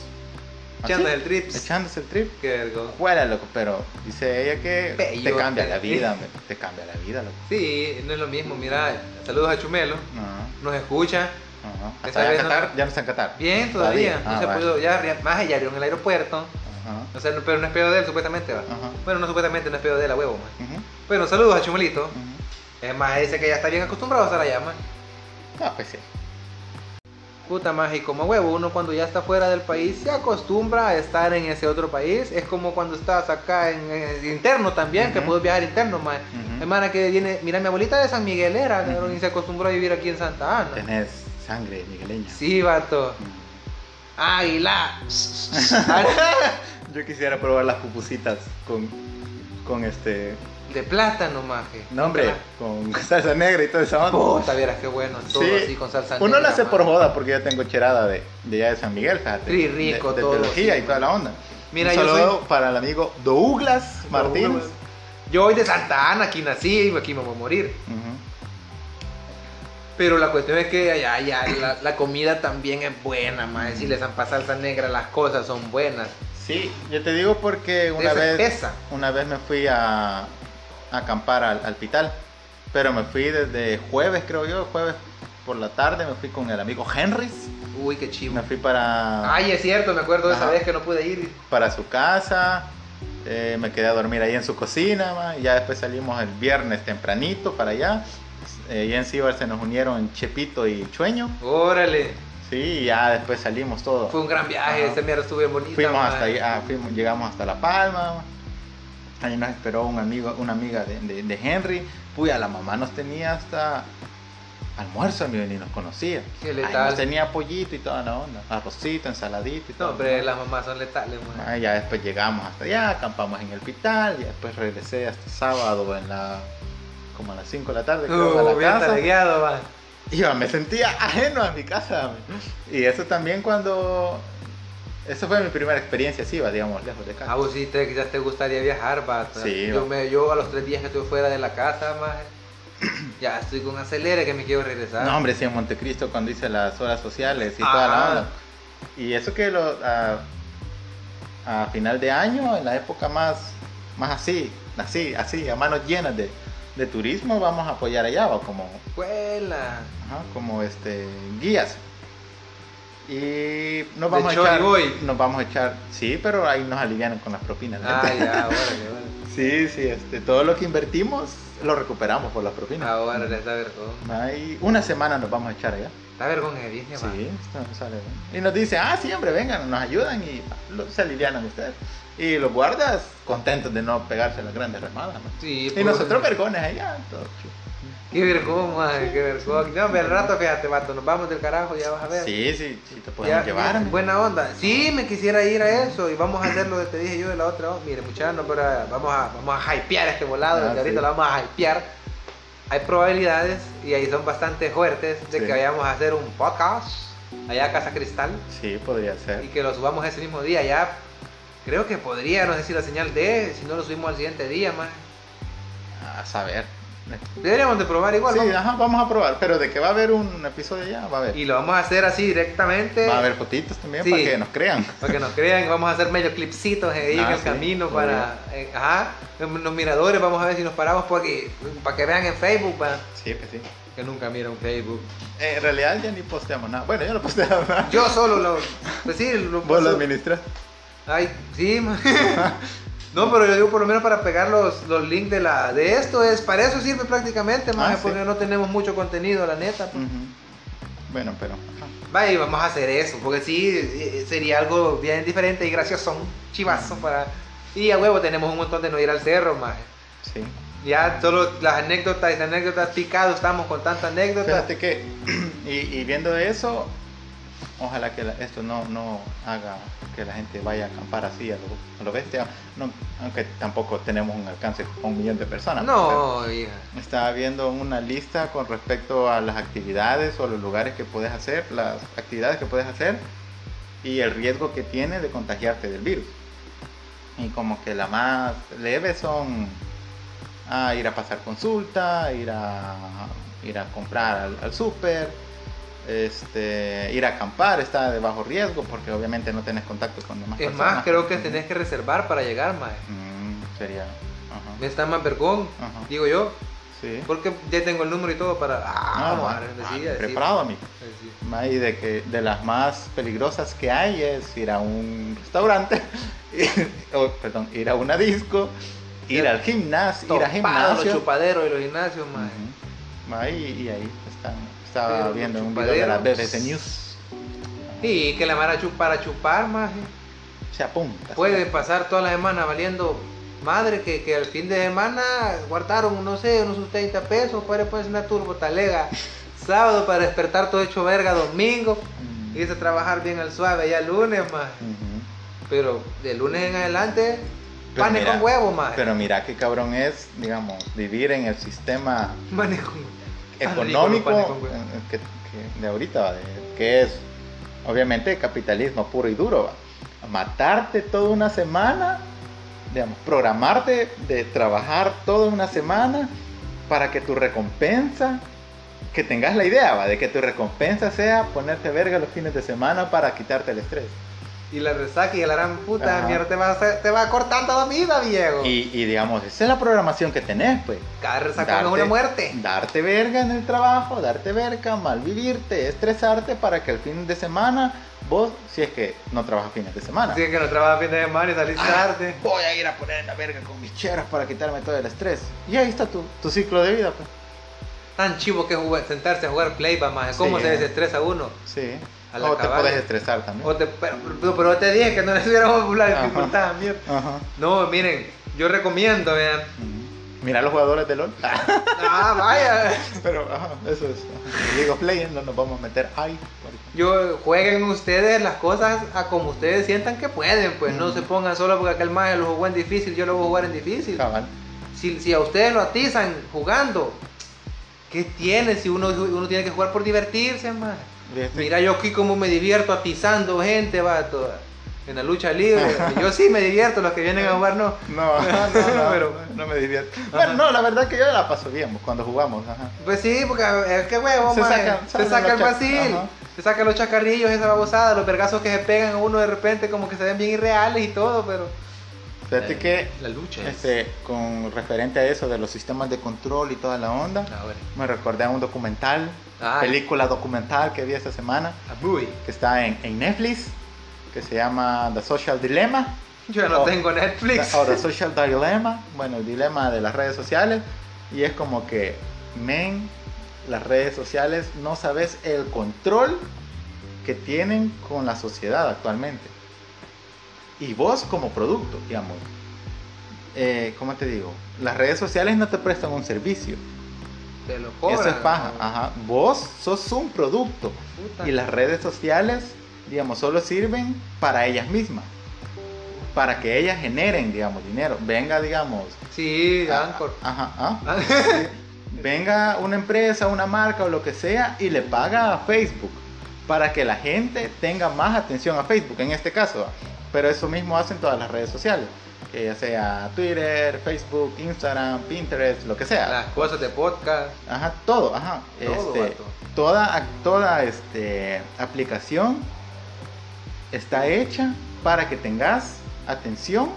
Speaker 3: así,
Speaker 4: Echando el trips.
Speaker 3: Echándose el trip.
Speaker 4: Qué vergón.
Speaker 3: Fuera, loco, pero dice ella que
Speaker 4: Bello, eh.
Speaker 3: te cambia la
Speaker 4: pero-
Speaker 3: vida, hombre, te cambia la vida, loco.
Speaker 4: Sí, no es lo mismo, mira, saludos a Chumelo,
Speaker 3: Ajá,
Speaker 4: nos escucha.
Speaker 3: ajá.
Speaker 4: Esa
Speaker 3: Hasta allá en
Speaker 4: vez no-
Speaker 3: Qatar, ya no está en Qatar.
Speaker 4: Bien, todavía,
Speaker 3: Ah,
Speaker 4: no se
Speaker 3: vaya.
Speaker 4: ha podido, ya, ri- más ya abrieron el aeropuerto.
Speaker 3: Ajá,
Speaker 4: O sea, no- pero no es pedo de él, supuestamente va.
Speaker 3: ajá,
Speaker 4: Bueno, no supuestamente no es pedo de él, a huevo, man.
Speaker 3: ujú,
Speaker 4: Bueno, saludos a Chumelito.
Speaker 3: ujú.
Speaker 4: Es más, dice que ya está bien acostumbrado a estar allá, man.
Speaker 3: Ah, pues sí.
Speaker 4: Puta más, y como a huevo, uno cuando ya está fuera del país se acostumbra a estar en ese otro país. Es como cuando estás acá en, en- interno también, que
Speaker 3: Ujú.
Speaker 4: puedes viajar interno, man.
Speaker 3: Ujú.
Speaker 4: Hermana que viene, mira, mi abuelita de San Miguel era, cabrón,
Speaker 3: Ujú.
Speaker 4: y se acostumbró a vivir aquí en Santa Ana.
Speaker 3: Tenés sangre migueleña.
Speaker 4: Sí, vato.
Speaker 3: Mm.
Speaker 4: Águila. Ah,
Speaker 3: Yo quisiera probar las pupusitas con, con este
Speaker 4: de plátano, maje.
Speaker 3: nombre, con salsa negra y todo esa onda.
Speaker 4: Puta, vieras qué bueno, todo
Speaker 3: Sí.
Speaker 4: así con salsa
Speaker 3: Uno
Speaker 4: negra,
Speaker 3: la hace
Speaker 4: maje.
Speaker 3: por joda porque yo tengo cherada de, de ya de San Miguel, fíjate.
Speaker 4: Sí, rico
Speaker 3: de, de
Speaker 4: todo,
Speaker 3: teología
Speaker 4: sí.
Speaker 3: y toda la onda.
Speaker 4: Mira,
Speaker 3: Un
Speaker 4: yo
Speaker 3: saludo para el amigo Douglas Martínez.
Speaker 4: Douglas. Yo voy de Santa Ana, aquí nací, aquí me voy a morir.
Speaker 3: Ujú.
Speaker 4: Pero la cuestión es que allá, allá la, la comida también es buena, más Si les han pasado salsa negra, las cosas son buenas.
Speaker 3: Sí, yo te digo porque una
Speaker 4: Esa
Speaker 3: vez,
Speaker 4: espesa.
Speaker 3: una vez me fui a, a acampar al, al Pital, pero me fui desde jueves, creo yo, jueves por la tarde, me fui con el amigo Henrys,
Speaker 4: Uy, qué
Speaker 3: y
Speaker 4: chivo.
Speaker 3: me fui para,
Speaker 4: Ay, es cierto, me acuerdo de esa
Speaker 3: Ajá.
Speaker 4: vez que no pude ir.
Speaker 3: para su casa, eh, me quedé a dormir ahí en su cocina, ma, y ya después salimos el viernes tempranito para allá, eh, y en Cibar se nos unieron Chepito y Chueño,
Speaker 4: Órale,
Speaker 3: sí, y ya después salimos todos.
Speaker 4: fue un gran viaje,
Speaker 3: Ajá.
Speaker 4: ese mierda estuvo bien bonita.
Speaker 3: Fuimos
Speaker 4: ma.
Speaker 3: hasta ahí, ah, fuimos- llegamos hasta La Palma. Ahí nos esperó un amigo, una amiga de, de- de Henry. Puya, la mamá nos tenía hasta almuerzo, amigo, ni nos conocía.
Speaker 4: Qué
Speaker 3: Ahí
Speaker 4: letal.
Speaker 3: nos tenía pollito y toda la onda, arrocito, ensaladito y
Speaker 4: No,
Speaker 3: todo.
Speaker 4: hombre, las mamás son letales, ma.
Speaker 3: Ah, ya después llegamos hasta allá, acampamos en el hospital, y después regresé hasta sábado en la como a las 5 de la tarde creo, a
Speaker 4: Uh,
Speaker 3: la
Speaker 4: bien
Speaker 3: casa.
Speaker 4: taragueado, ma.
Speaker 3: Y Yo me sentía ajeno a mi casa. me. Y eso también cuando... Esa fue mi primera experiencia, sí, va, digamos, lejos de casa.
Speaker 4: Ah, vos sí, te, quizás te gustaría viajar, vato.
Speaker 3: Sí,
Speaker 4: yo,
Speaker 3: va.
Speaker 4: me, yo a los tres días que estuve fuera de la casa, más ya estoy con acelera que me quiero regresar.
Speaker 3: No, hombre, sí, en Montecristo cuando hice las horas sociales y
Speaker 4: Ajá.
Speaker 3: toda la onda. Y eso que lo, a, a final de año, en la época más, más así, así, así, a manos llenas de, de turismo, vamos a apoyar allá, va, como,
Speaker 4: Escuela.
Speaker 3: ajá, como este, guías. Y nos
Speaker 4: De
Speaker 3: vamos, a
Speaker 4: chori
Speaker 3: echar,
Speaker 4: voy.
Speaker 3: nos vamos a echar, sí, pero ahí nos alivianan con las propinas. la
Speaker 4: Ah,
Speaker 3: neta.
Speaker 4: ya, órale, órale.
Speaker 3: Sí, sí, este, todo lo que invertimos lo recuperamos por las propinas.
Speaker 4: Ah, órale, está vergón.
Speaker 3: Ahí, una semana nos vamos a echar allá.
Speaker 4: Está vergón el viaje, ma.
Speaker 3: Sí, esto no sale bien. Y nos dice, ah, sí, hombre, vengan, nos ayudan y lo- se alivianan ustedes. Y los guardas contentos de no pegarse las grandes remadas. ¿no?
Speaker 4: Sí,
Speaker 3: Y
Speaker 4: pobre.
Speaker 3: nosotros vergones allá. todo chulo.
Speaker 4: Qué vergón, ma, qué vergón. No, hombre, al rato, fíjate, vato, nos vamos del carajo, ya vas a ver.
Speaker 3: Sí, sí, sí, te
Speaker 4: Pues, Ya,
Speaker 3: podemos llevar.
Speaker 4: mira, buena onda. Sí, me quisiera ir a eso y vamos a hacer lo que te dije yo de la otra. onda. Mire, muchachos, no, pero eh, vamos a, vamos a hypear este volado.
Speaker 3: Ah,
Speaker 4: desde ahorita
Speaker 3: sí.
Speaker 4: lo vamos a hypear. Hay probabilidades y ahí son bastante fuertes de
Speaker 3: Sí.
Speaker 4: que vayamos a hacer un podcast allá a Casa Cristal
Speaker 3: Sí, podría
Speaker 4: y
Speaker 3: ser.
Speaker 4: que lo subamos ese mismo día. Ya creo que podría, no sé si la señal de, si no lo subimos al siguiente día más.
Speaker 3: A saber.
Speaker 4: Deberíamos de probar igual.
Speaker 3: Sí,
Speaker 4: vamos.
Speaker 3: ajá, vamos a probar. Pero de que va a haber un episodio ya, va a haber.
Speaker 4: Y lo vamos a hacer así directamente.
Speaker 3: Va a haber fotitos también
Speaker 4: Sí.
Speaker 3: para que nos crean.
Speaker 4: Para que nos crean, vamos a hacer medio clipsitos ahí en
Speaker 3: Ah,
Speaker 4: el
Speaker 3: sí,
Speaker 4: camino
Speaker 3: muy
Speaker 4: para. eh, ajá, en los miradores, vamos a ver si nos paramos para que, para que vean en Facebook, pa.
Speaker 3: Sí, pues sí.
Speaker 4: Que nunca miran Facebook.
Speaker 3: Eh, en realidad ya ni posteamos nada. Bueno, yo no posteaba nada.
Speaker 4: Yo solo lo. Pues sí, lo
Speaker 3: Vos lo
Speaker 4: paso-
Speaker 3: administras.
Speaker 4: Ay, sí, ma. No, pero yo digo, por lo menos para pegar los, los links de la de esto es. Para eso sirve prácticamente, más
Speaker 3: Ah, sí.
Speaker 4: porque no tenemos mucho contenido, la neta. pues.
Speaker 3: Ujú. Bueno, pero. ajá.
Speaker 4: Vaya, y vamos a hacer eso, porque sí, eh, sería algo bien diferente y graciosón, chivazo
Speaker 3: Mm.
Speaker 4: para. Y a huevo tenemos un montón de no ir al cerro, más.
Speaker 3: Sí.
Speaker 4: Ya solo las anécdotas y las anécdotas picados estamos con tanta anécdota.
Speaker 3: Fíjate que, y, y viendo eso, ojalá que la- esto no, no haga que la gente vaya a acampar así a lo, a lo bestia. No, aunque tampoco tenemos un alcance con un millón de personas.
Speaker 4: No, hija.
Speaker 3: pero Estaba viendo una lista con respecto a las actividades o los lugares que puedes hacer, las actividades que puedes hacer y el riesgo que tiene de contagiarte del virus. Y como que la más leve son ah, ir a pasar consulta, ir a, ir a comprar al, al súper, este, ir a acampar, está de bajo riesgo porque obviamente no tenés contacto con demás
Speaker 4: Es
Speaker 3: personas.
Speaker 4: más, creo que tenés que reservar para llegar, más.
Speaker 3: Mm, sería... ajá,
Speaker 4: Me está más vergón,
Speaker 3: Ajá.
Speaker 4: digo yo,
Speaker 3: sí.
Speaker 4: porque ya tengo el número y todo para. Ah,
Speaker 3: Ah,
Speaker 4: vamos
Speaker 3: va,
Speaker 4: a ver,
Speaker 3: va,
Speaker 4: decía, decía.
Speaker 3: preparado, amigo.
Speaker 4: Decía.
Speaker 3: Ma, Y de que de las más peligrosas que hay es ir a un restaurante, o, perdón, ir a una disco, ir al gimnasio, ir a
Speaker 4: Topado, los
Speaker 3: gimnasio.
Speaker 4: chupaderos y los gimnasios, más.
Speaker 3: Ujú. Ma, y, y ahí están, estaba
Speaker 4: Pero los
Speaker 3: viendo un video de la
Speaker 4: chupaderos.
Speaker 3: BBC News.
Speaker 4: Y que la mara chu- para chupar, más.
Speaker 3: Se apunta.
Speaker 4: Puede pasar toda la semana valiendo madre que, que al fin de semana guardaron, no sé, unos sus 30 pesos, para pues una turbo talega. Sábado para despertar todo hecho verga, domingo,
Speaker 3: Mm,
Speaker 4: irse a trabajar bien al suave ya lunes, más.
Speaker 3: ujú.
Speaker 4: Pero de lunes en adelante,
Speaker 3: Pero
Speaker 4: panes
Speaker 3: mira,
Speaker 4: con huevo, más.
Speaker 3: Pero mira qué cabrón es, digamos, vivir en el sistema
Speaker 4: Panes con- Tan rico los
Speaker 3: económico
Speaker 4: panes con huevo.
Speaker 3: eh, que, que de ahorita, va, de- que es obviamente capitalismo puro y duro. va. Matarte toda una semana digamos, programarte de trabajar toda una semana para que tu recompensa, que tengas la idea, ¿va? de que tu recompensa sea ponerte verga los fines de semana para quitarte el estrés.
Speaker 4: Y la resaca y la gran puta
Speaker 3: Ajá.
Speaker 4: mierda te va, a hacer- te va cortando la vida, viejo.
Speaker 3: Y, y, digamos, esa es la programación que tenés, pues.
Speaker 4: Cada resaca es una muerte.
Speaker 3: Darte verga en el trabajo, darte verga, malvivirte, estresarte para que el fin de semana vos, si es que no trabajas fines de semana.
Speaker 4: Así que no trabajas fin de semana y salís
Speaker 3: Ah,
Speaker 4: tarde.
Speaker 3: Voy a ir a poner en la verga con mis cheras para quitarme todo el estrés. Y ahí está tu, tu ciclo de vida, pues.
Speaker 4: Tan chivo que es jugar- sentarse a jugar play, va, maje. ¿Cómo
Speaker 3: Sí.
Speaker 4: se desestresa uno?
Speaker 3: Sí.
Speaker 4: A la
Speaker 3: o te
Speaker 4: cabal.
Speaker 3: puedes estresar también.
Speaker 4: O te- pero, pero- pero te dije que no le hubiéramos la
Speaker 3: Ajá.
Speaker 4: dificultad, mierda.
Speaker 3: Ajá.
Speaker 4: No, miren, yo recomiendo, vean.
Speaker 3: Mm. Mira los jugadores de LOL.
Speaker 4: Ah, vaya.
Speaker 3: Pero ajá, eso es. ajá. League of Legends, no nos vamos a meter ahí. porque-
Speaker 4: Yo jueguen ustedes las cosas a como ustedes sientan que pueden, pues no
Speaker 3: Ujú.
Speaker 4: se pongan solo porque aquel maje lo jugó en difícil, yo lo voy a jugar en difícil.
Speaker 3: Cabal.
Speaker 4: Si, si a ustedes lo atizan jugando, ¿qué tiene si uno, uno tiene que jugar por divertirse, más?
Speaker 3: Fíjate.
Speaker 4: Mira yo aquí como me divierto atizando gente, vato, en la lucha libre. Yo sí me divierto, los que vienen a jugar no.
Speaker 3: No, no, no,
Speaker 4: Pero-
Speaker 3: no, no me divierto. Bueno, no, la verdad que yo la paso bien cuando jugamos. Ajá.
Speaker 4: Pues sí, porque es que huevo,
Speaker 3: Se
Speaker 4: maje.
Speaker 3: sacan-
Speaker 4: se
Speaker 3: salen
Speaker 4: saca el
Speaker 3: los chac-
Speaker 4: vacil,
Speaker 3: Ajá.
Speaker 4: se saca los chacarrillos, esa babosada, los vergazos que se pegan a uno de repente como que se ven bien irreales y todo, pero...
Speaker 3: Fíjate que
Speaker 4: La lucha
Speaker 3: este, con referente a eso de los sistemas de control y toda la onda, me recordé a un documental,
Speaker 4: Ah.
Speaker 3: película documental que vi esta semana, que está en, en Netflix, que se llama The Social Dilemma.
Speaker 4: Yo ya no
Speaker 3: Oh.
Speaker 4: tengo Netflix.
Speaker 3: Ahora, social dilemma, bueno, el dilema de las redes sociales. Y es como que, men, las redes sociales no sabes el control que tienen con la sociedad actualmente. Y vos como producto, digamos. Eh, ¿Cómo te digo? Las redes sociales no te prestan un servicio.
Speaker 4: Te lo cobran.
Speaker 3: Eso es paja.
Speaker 4: ¿no?
Speaker 3: Ajá. Vos sos un producto.
Speaker 4: Puta.
Speaker 3: Y las redes sociales, digamos, solo sirven para ellas mismas. Para que ellas generen, digamos, dinero. Venga, digamos.
Speaker 4: Sí, Anchor.
Speaker 3: Ajá, ah. Venga una empresa, una marca o lo que sea y le paga a Facebook. Para que la gente tenga más atención a Facebook, en este caso. ah. Pero eso mismo hacen todas las redes sociales. Que ya sea Twitter, Facebook, Instagram, Pinterest, lo que sea.
Speaker 4: las cosas de podcast.
Speaker 3: Ajá, todo, ajá.
Speaker 4: Todo,
Speaker 3: Este,
Speaker 4: vato.
Speaker 3: toda ac- toda este, aplicación está hecha para que tengas atención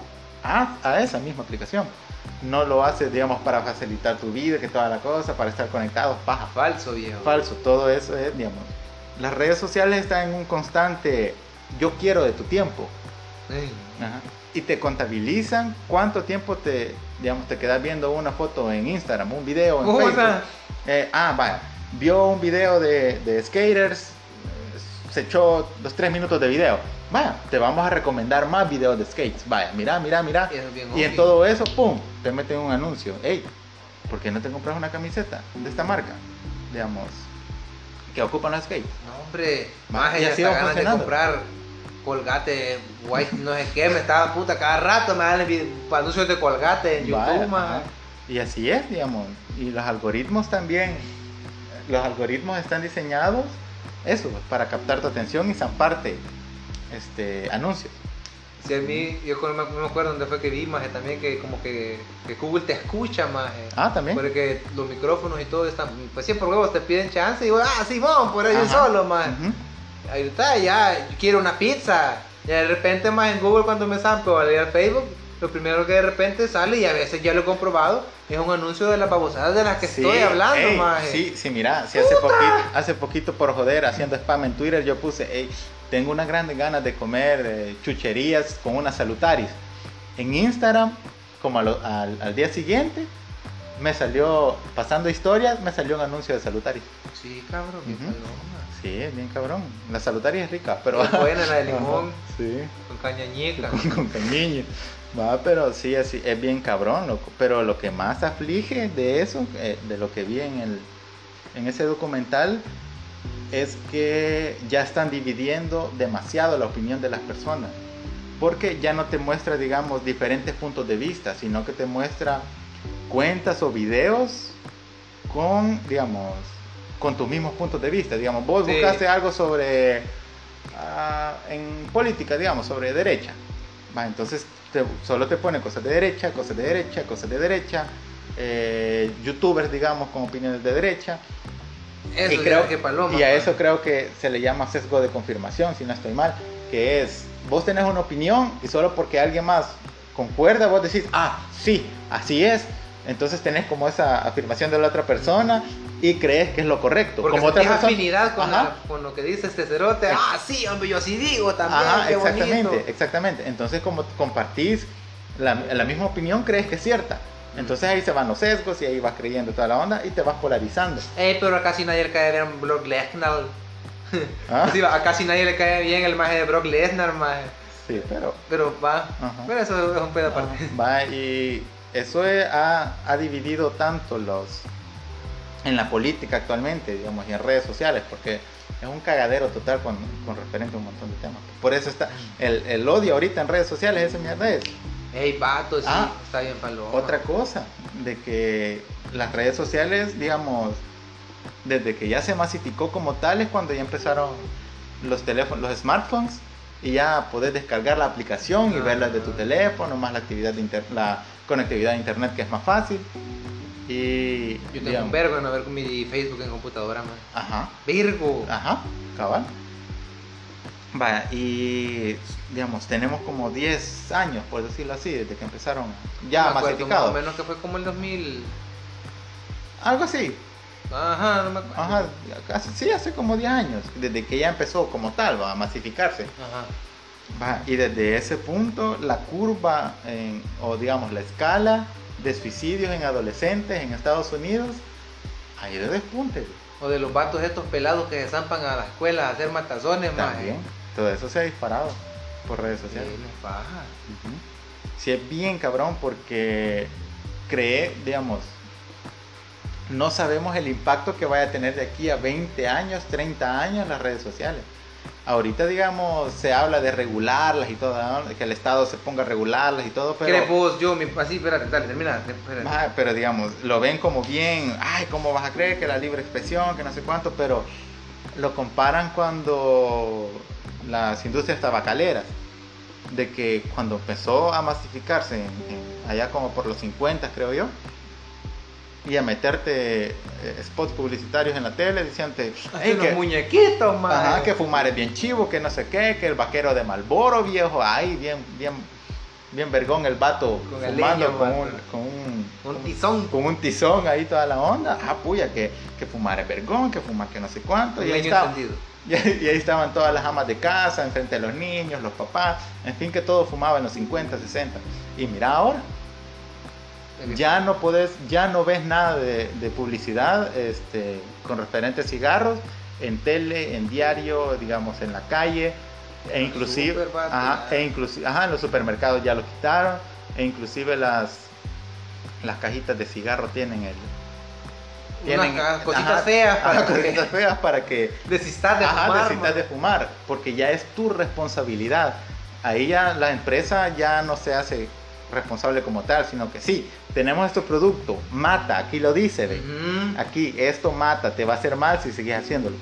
Speaker 3: a, a esa misma aplicación. No lo haces, digamos, para facilitar tu vida, que toda la cosa, para estar conectados, paja.
Speaker 4: Falso, viejo.
Speaker 3: Falso, todo eso es, digamos. Las redes sociales están en un constante yo quiero de tu tiempo.
Speaker 4: Ey.
Speaker 3: Ajá. Y te contabilizan cuánto tiempo te, digamos, te quedas viendo una foto en Instagram, un video en
Speaker 4: Puta.
Speaker 3: Facebook. Eh, ah, vaya. Vio un video de, de skaters, eh, se echó los tres minutos de video. Vaya, te vamos a recomendar más videos de skates. Vaya, mira, mira, mira.
Speaker 4: Eso es bien
Speaker 3: Y en
Speaker 4: obvio.
Speaker 3: todo eso, pum, te meten un anuncio. Ey, ¿por qué no te compras una camiseta de esta marca? Digamos, que ocupan los skates.
Speaker 4: No, hombre,
Speaker 3: Ma-
Speaker 4: más
Speaker 3: y
Speaker 4: ya
Speaker 3: así
Speaker 4: hasta
Speaker 3: va
Speaker 4: ganas de
Speaker 3: funcionando.
Speaker 4: comprar colgate, guay, no sé qué, me estaba puta, cada rato me dan el vi- anuncios de colgate en
Speaker 3: Vaya,
Speaker 4: YouTube, ma.
Speaker 3: ajá. Y así es, digamos. Y los algoritmos también. Los algoritmos están diseñados, eso, para captar tu atención y zamparte este, anuncios.
Speaker 4: Si a mí, yo con- no me acuerdo dónde fue que vi, más también que como que, que Google te escucha, eh. más.
Speaker 3: Ah, también.
Speaker 4: Porque los micrófonos y todo están, pues siempre huevos te piden chance y digo, ah, Simón, por ahí yo
Speaker 3: Ajá.
Speaker 4: solo, más.
Speaker 3: Ujú.
Speaker 4: Ahí está, ya, yo quiero una pizza. Y de repente más en Google cuando me zampo a leer al Facebook, lo primero que de repente sale, y a veces ya lo he comprobado, es un anuncio de las babosadas de las que
Speaker 3: Sí,
Speaker 4: estoy hablando,
Speaker 3: ey,
Speaker 4: maje.
Speaker 3: Sí, sí, mira, si hace poquito, hace poquito por joder haciendo spam en Twitter yo puse, "Ey, tengo unas grandes ganas de comer eh, chucherías con unas salutaris. En Instagram, como a lo- al, al día siguiente, me salió, pasando historias, me salió un anuncio de salutaris.
Speaker 4: Sí, cabrón, qué
Speaker 3: Ujú.
Speaker 4: paloma.
Speaker 3: Sí, es bien cabrón. La salutaris es rica, pero...
Speaker 4: Qué buena la de pues, limón.
Speaker 3: Ajá, Sí,
Speaker 4: Con cañañeca.
Speaker 3: con, con cañiño. Va, pero sí, así, es bien cabrón, loco. Pero lo que más aflige de eso, eh, de lo que vi en, el, en ese documental, es que ya están dividiendo demasiado la opinión de las personas. Porque ya no te muestra, digamos, diferentes puntos de vista, sino que te muestra cuentas o videos con, digamos, con tus mismos puntos de vista. Digamos, vos
Speaker 4: Sí.
Speaker 3: buscaste algo sobre, ah, en política, digamos, sobre derecha. Ma, entonces te- solo te pone cosas de derecha, cosas de derecha, cosas de derecha. eh, youtubers, digamos, con opiniones de derecha.
Speaker 4: Eso
Speaker 3: y,
Speaker 4: ya
Speaker 3: creo,
Speaker 4: que paloma.
Speaker 3: y a eso creo que se le llama sesgo de confirmación, si no estoy mal, que es, vos tenés una opinión y solo porque alguien más concuerda, vos decís, ah, sí, así es. Entonces tenés como esa afirmación de la otra persona y crees que es lo correcto.
Speaker 4: Porque
Speaker 3: como otra
Speaker 4: sentís
Speaker 3: persona-
Speaker 4: afinidad con,
Speaker 3: Ajá.
Speaker 4: la- con lo que dice este cerote.
Speaker 3: Ex-
Speaker 4: Ah, sí, hombre, yo así digo también.
Speaker 3: Ajá,
Speaker 4: qué
Speaker 3: exactamente,
Speaker 4: bonito.
Speaker 3: exactamente. Entonces, como compartís la, la misma opinión, crees que es cierta.
Speaker 4: Mm.
Speaker 3: Entonces ahí se van los sesgos y ahí vas creyendo toda la onda y te vas polarizando.
Speaker 4: Eh, pero a casi nadie le cae bien Brock Lesnar.
Speaker 3: ¿ah?
Speaker 4: Pues Sí, va, a casi nadie le cae bien el maje de Brock Lesnar, maje.
Speaker 3: Sí, pero
Speaker 4: Pero va.
Speaker 3: Ajá.
Speaker 4: Pero eso es un pedo aparte.
Speaker 3: Ah, Va, y eso es- ha, ha dividido tanto los en la política actualmente, digamos, y en redes sociales, porque es un cagadero total con, con referente a un montón de temas. Por eso está el, el odio ahorita en redes sociales, esa mierda es
Speaker 4: Ey, vato, sí,
Speaker 3: Ah,
Speaker 4: está bien paloma.
Speaker 3: otra cosa, de que las redes sociales, digamos, desde que ya se masificó como tal es cuando ya empezaron los teléfonos, los smartphones y ya podés descargar la aplicación y
Speaker 4: Ah.
Speaker 3: verla de tu teléfono, más la actividad de inter- la conectividad a internet que es más fácil. Y
Speaker 4: Yo tengo
Speaker 3: digamos,
Speaker 4: un vergo en ver con mi Facebook en computadora, man.
Speaker 3: ajá,
Speaker 4: Virgo.
Speaker 3: ajá, cabal. Vaya, y digamos, tenemos como 10 años, por decirlo así, desde que empezaron ya
Speaker 4: me acuerdo, más o
Speaker 3: masificados.
Speaker 4: menos que fue como el 2000.
Speaker 3: Algo así,
Speaker 4: Ajá, no me acuerdo.
Speaker 3: Ajá, casi- sí, hace como 10 años, desde que ya empezó como tal, va a masificarse.
Speaker 4: Ajá.
Speaker 3: Va, y desde ese punto, la curva, en- o digamos, la escala de suicidios en adolescentes en Estados Unidos ha ido de despunte.
Speaker 4: O de los vatos estos pelados que se zampan a la escuela a hacer matazones, maje.
Speaker 3: También, pues, todo eso se ha disparado por redes
Speaker 4: Sí,
Speaker 3: sociales.
Speaker 4: les baja.
Speaker 3: Ujú. Sí, es bien cabrón porque cree, digamos, no sabemos el impacto que vaya a tener de aquí a 20 años, 30 años las redes sociales. Ahorita, digamos, se habla de regularlas y todo, ¿no? que el Estado se ponga a regularlas y todo, pero...
Speaker 4: ¿Quieres vos, yo, mi... Así, espérate, dale, termina. espérate.
Speaker 3: Ajá, pero digamos, lo ven como bien, ay, ¿cómo vas a creer que la libre expresión, que no sé cuánto? Pero lo comparan cuando las industrias tabacaleras, de que cuando empezó a masificarse, en- en- allá como por los 50, creo yo, y a meterte eh, spots publicitarios en la tele, diciéndote,
Speaker 4: Hace
Speaker 3: "Ey,
Speaker 4: unos
Speaker 3: que,
Speaker 4: muñequitos, man.
Speaker 3: ajá, que fumar es bien chivo, que no sé qué, que el vaquero de Malboro viejo, ay, bien, bien, bien vergón el vato
Speaker 4: Con el
Speaker 3: fumando
Speaker 4: leño,
Speaker 3: con,
Speaker 4: vato.
Speaker 3: un, con un-
Speaker 4: Un tizón.
Speaker 3: con un tizón ahí toda la onda. Ah, puya, que, que fumar es vergón, que fumar que no sé cuánto.
Speaker 4: Un
Speaker 3: Y ahí,
Speaker 4: leño
Speaker 3: estaba-
Speaker 4: entendido.
Speaker 3: y ahí- y ahí estaban todas las amas de casa, enfrente de los niños, los papás, en fin, que todo fumaba en los 50, 60. Y mira ahora, ya no podés, ya no ves nada de, de publicidad este, con referente a cigarros en tele, en diario, digamos, en la calle, e
Speaker 4: En
Speaker 3: inclusive,
Speaker 4: super, vato,
Speaker 3: ajá,
Speaker 4: ya.
Speaker 3: e inclusive, ajá, en los supermercados ya lo quitaron, e inclusive las las cajitas de cigarro tienen el
Speaker 4: Unas ca- cositas
Speaker 3: ajá,
Speaker 4: feas
Speaker 3: ajá,
Speaker 4: para que
Speaker 3: cositas feas para que
Speaker 4: desistas de
Speaker 3: Ajá,
Speaker 4: fumar, pues.
Speaker 3: necesitas
Speaker 4: man.
Speaker 3: de fumar, porque ya es tu responsabilidad. Ahí ya la empresa ya no se hace responsable como tal, sino que sí, tenemos este producto, mata, aquí lo dice, ve.
Speaker 4: Ujú.
Speaker 3: Aquí, esto mata, te va a hacer mal si sigues haciéndolo.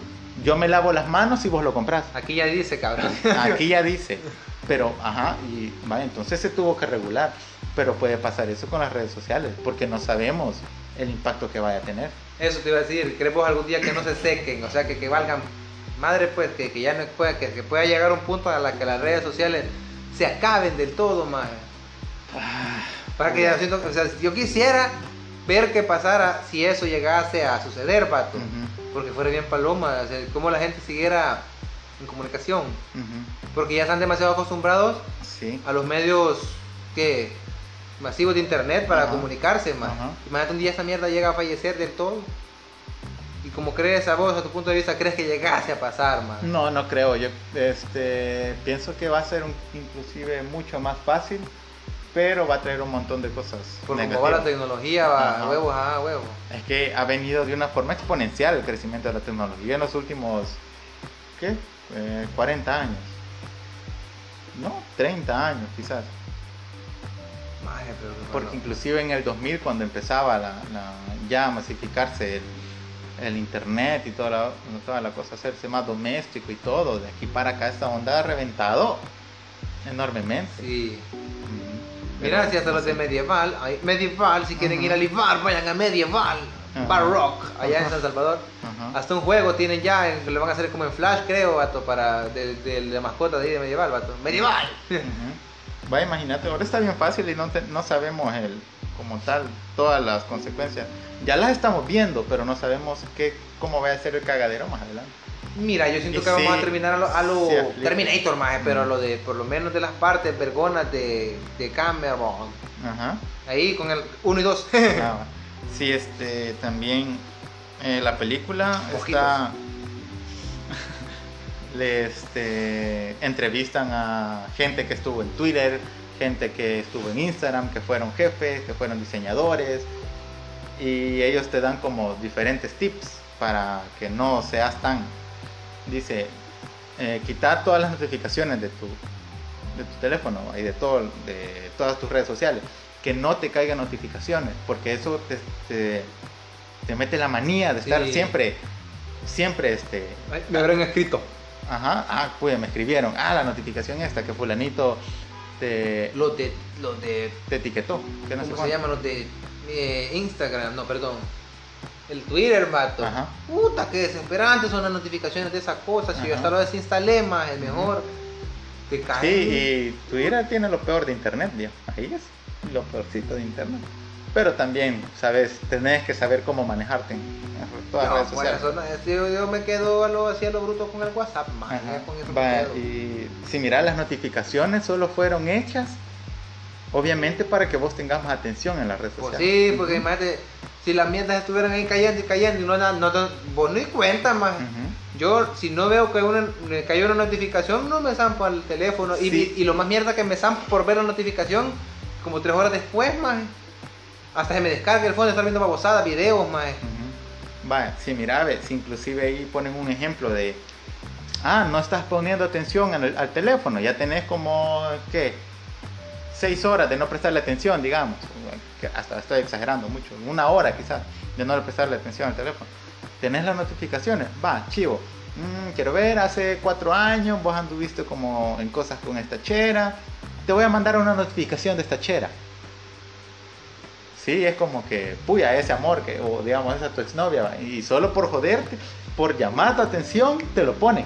Speaker 3: Yo me lavo las manos si vos lo compras.
Speaker 4: Aquí ya dice, cabrón.
Speaker 3: Aquí ya dice. Pero, ajá, y vaya, entonces se tuvo que regular. Pero puede pasar eso con las redes sociales, porque no sabemos el impacto que vaya a tener.
Speaker 4: Eso te iba a decir, queremos algún día que no se sequen, o sea, que, que valgan madre, pues, que, que ya no pueda, que, que pueda llegar un punto a la que las redes sociales se acaben del todo, más. Para
Speaker 3: Ah,
Speaker 4: que ya siento, o sea, yo quisiera ver qué pasara si eso llegase a suceder, vato,
Speaker 3: Ujú,
Speaker 4: porque fuera bien paloma, o sea, cómo la gente siguiera en comunicación,
Speaker 3: ujú,
Speaker 4: porque ya están demasiado acostumbrados
Speaker 3: Sí.
Speaker 4: a los medios que masivos de internet para
Speaker 3: Ajá.
Speaker 4: comunicarse más.
Speaker 3: Ajá.
Speaker 4: Imagínate un día esa mierda llega a fallecer del todo. Y como crees a vos, a tu punto de vista, crees que llegase a pasar, más.
Speaker 3: No, no creo. Yo este, pienso que va a ser un- inclusive mucho más fácil, pero va a traer un montón de cosas.
Speaker 4: Porque como va
Speaker 3: negativas.
Speaker 4: la tecnología, va
Speaker 3: Ajá.
Speaker 4: a huevos, a huevos.
Speaker 3: Es que ha venido de una forma exponencial el crecimiento de la tecnología en los últimos, ¿qué? Eh, 40 años. No, 30 años quizás.
Speaker 4: Maje, pero qué
Speaker 3: Porque
Speaker 4: malo.
Speaker 3: inclusive en el 2000 cuando empezaba la, la- ya a masificarse el, el internet y toda la, toda la cosa hacerse más doméstico y todo, de aquí para acá esta onda ha reventado enormemente.
Speaker 4: Sí.
Speaker 3: Ujú.
Speaker 4: Mira,
Speaker 3: Pero,
Speaker 4: si hasta los de Medieval, hay- Medieval, si quieren ir a Livar, vayan a Medieval,
Speaker 3: Ajá.
Speaker 4: Bar Rock, allá en San Salvador.
Speaker 3: Ajá.
Speaker 4: Hasta un juego tienen ya, en- lo van a hacer como en Flash, creo, vato, para de, de la mascota de ahí de Medieval, vato. ¡Medieval!
Speaker 3: Ujú. Va, imagínate, ahora está bien fácil y no, te- no sabemos el, como tal todas las consecuencias. Ya las estamos viendo, pero no sabemos qué, cómo va a ser el cagadero más adelante.
Speaker 4: Mira, yo siento
Speaker 3: Y
Speaker 4: que vamos
Speaker 3: sí,
Speaker 4: a terminar a lo, a lo
Speaker 3: sí aplica.
Speaker 4: Terminator más, pero
Speaker 3: Mm.
Speaker 4: lo de por lo menos de las partes vergonas de, de Cameron.
Speaker 3: Ajá.
Speaker 4: Ahí con el 1 y 2.
Speaker 3: Ah, va. sí, este, también eh, la película
Speaker 4: Ojitos.
Speaker 3: está... Le este, entrevistan a gente que estuvo en Twitter, gente que estuvo en Instagram, que fueron jefes, que fueron diseñadores. Y ellos te dan como diferentes tips para que no seas tan... Dice, eh, quitar todas las notificaciones de tu, de tu teléfono y de, todo, de todas tus redes sociales. Que no te caigan notificaciones, porque eso te, te, te mete la manía de estar
Speaker 4: Sí.
Speaker 3: siempre, siempre este,
Speaker 4: Ay, Me habrán escrito.
Speaker 3: Ajá, ah, pues me escribieron. Ah, la notificación esta que fulanito te,
Speaker 4: Los de. Los de
Speaker 3: te etiquetó. Que no sé
Speaker 4: ¿Cómo se
Speaker 3: cuánto.
Speaker 4: llaman los de eh, Instagram? No, perdón. El Twitter, vato.
Speaker 3: Ajá.
Speaker 4: Puta, qué desesperante son las notificaciones de esas cosas. Si yo
Speaker 3: Ajá.
Speaker 4: hasta lo desinstalé más, es mejor. Te cae.
Speaker 3: Sí, y Twitter tiene lo peor de internet, tío. Ahí es lo peorcito de internet. Pero también, sabes, tenés que saber cómo manejarte en en todas las
Speaker 4: No,
Speaker 3: redes
Speaker 4: por
Speaker 3: sociales.
Speaker 4: eso no, es- yo, yo me quedo a lo, así a lo bruto con el WhatsApp, más.
Speaker 3: Ajá.
Speaker 4: con eso me
Speaker 3: Va,
Speaker 4: quedo.
Speaker 3: y si miras las notificaciones solo fueron hechas, obviamente para que vos tengas más atención en las redes
Speaker 4: Pues
Speaker 3: sociales.
Speaker 4: sí, porque imagínate, si las mierdas estuvieran ahí cayendo y cayendo y no, no, no, no- vos ni cuenta más.
Speaker 3: Ujú.
Speaker 4: Yo, si no veo que una, me cayó una notificación, no me zampo al teléfono. Y-
Speaker 3: Sí.
Speaker 4: Y, lo más mierda que me zampo por ver la notificación, como tres horas después, más. Hasta se me descarga el fondo, estar viendo babosadas, videos, más.
Speaker 3: Ujú. Va, sí, mira, ve, si inclusive ahí ponen un ejemplo de, ah, no estás poniendo atención al, al teléfono, ya tenés como, ¿qué? Seis horas de no prestarle atención, digamos, que hasta estoy exagerando mucho, una hora quizás de no prestarle atención al teléfono. Tenés las notificaciones, va, chivo. Mm, quiero ver, hace cuatro años vos anduviste como en cosas con esta chera. Te voy a mandar una notificación de esta chera. Sí, es como que, puya, ese amor, que, o digamos, esa tu exnovia, va, y solo por joderte, por llamar tu atención, te lo ponen.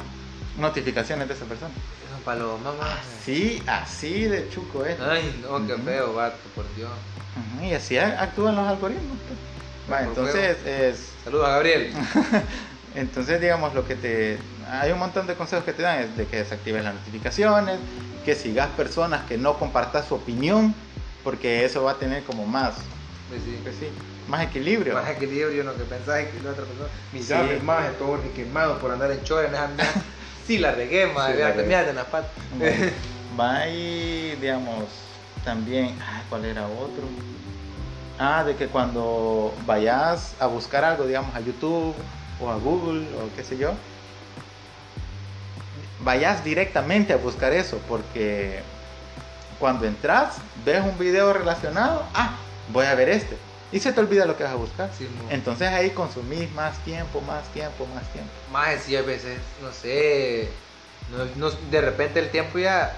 Speaker 3: Notificaciones de esa persona.
Speaker 4: Son palomas, más.
Speaker 3: Ah, Sí, así de chuco es.
Speaker 4: Ay, no, qué
Speaker 3: Ujú.
Speaker 4: feo, vato, por Dios.
Speaker 3: Ujú, Y así a- actúan los algoritmos. pues. Va,
Speaker 4: Por
Speaker 3: entonces, es,
Speaker 4: Saludos a Gabriel.
Speaker 3: entonces, digamos, lo que te. Hay un montón de consejos que te dan: es de que desactives las notificaciones, que sigas personas, que no compartas su opinión, porque eso va a tener como más,
Speaker 4: Pues sí.
Speaker 3: pues sí, más equilibrio.
Speaker 4: Más equilibrio en lo que pensás que la otra persona.
Speaker 3: Sí.
Speaker 4: más, todos quemados por andar en chores, nada, nada. Sí, la regué, más.
Speaker 3: Sí, la
Speaker 4: mira,
Speaker 3: regué.
Speaker 4: mira, en las patas.
Speaker 3: Bueno, Va y, digamos, también, ah, ¿cuál era otro? Ah, de que cuando vayas a buscar algo, digamos, a YouTube o a Google o qué sé yo, vayas directamente a buscar eso, porque cuando entras, ves un video relacionado, ah, voy a ver este, y se te olvida lo que vas a buscar.
Speaker 4: Sí, mo.
Speaker 3: Entonces ahí consumís más tiempo, más tiempo, más tiempo.
Speaker 4: Más sí, a veces, no sé, no- no- de repente el tiempo ya...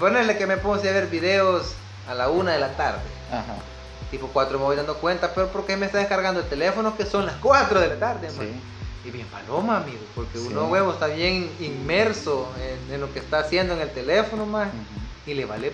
Speaker 4: Ponerle que me puse a ver videos a la una de la tarde.
Speaker 3: Ajá.
Speaker 4: Tipo 4 me voy dando cuenta, pero ¿por qué me está descargando el teléfono que son las 4 de la tarde, man?
Speaker 3: Sí.
Speaker 4: Y bien paloma, amigo, porque
Speaker 3: Sí.
Speaker 4: uno huevo está bien inmerso en, en lo que está haciendo en el teléfono, más
Speaker 3: Ujú.
Speaker 4: y le vale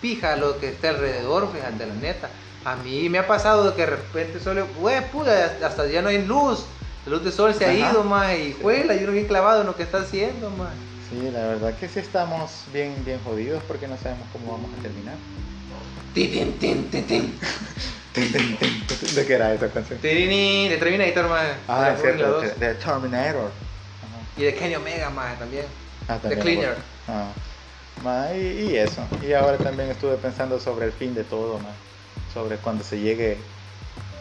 Speaker 4: pija lo que está alrededor, fíjate la neta. A mí me ha pasado de que de repente solo, güey, puta, hasta ya no hay luz. La luz de sol se ha
Speaker 3: Ajá.
Speaker 4: ido, más y juela, y uno bien clavado en lo que está haciendo, más.
Speaker 3: Sí, la verdad que sí estamos bien, bien jodidos porque no sabemos cómo vamos a terminar.
Speaker 4: Tin, tin, tin, tin.
Speaker 3: ¿De qué era esa canción?
Speaker 4: Tirirín, De Terminator, más.
Speaker 3: Ah, es
Speaker 4: La
Speaker 3: cierto,
Speaker 4: dos.
Speaker 3: de Terminator.
Speaker 4: Y de Kenny Omega, más también.
Speaker 3: Ajá. Ah, también
Speaker 4: The Cleaner.
Speaker 3: acuerdo. Ah. Ma, y, y eso. Y ahora también estuve pensando sobre el fin de todo, ma. sobre cuando se llegue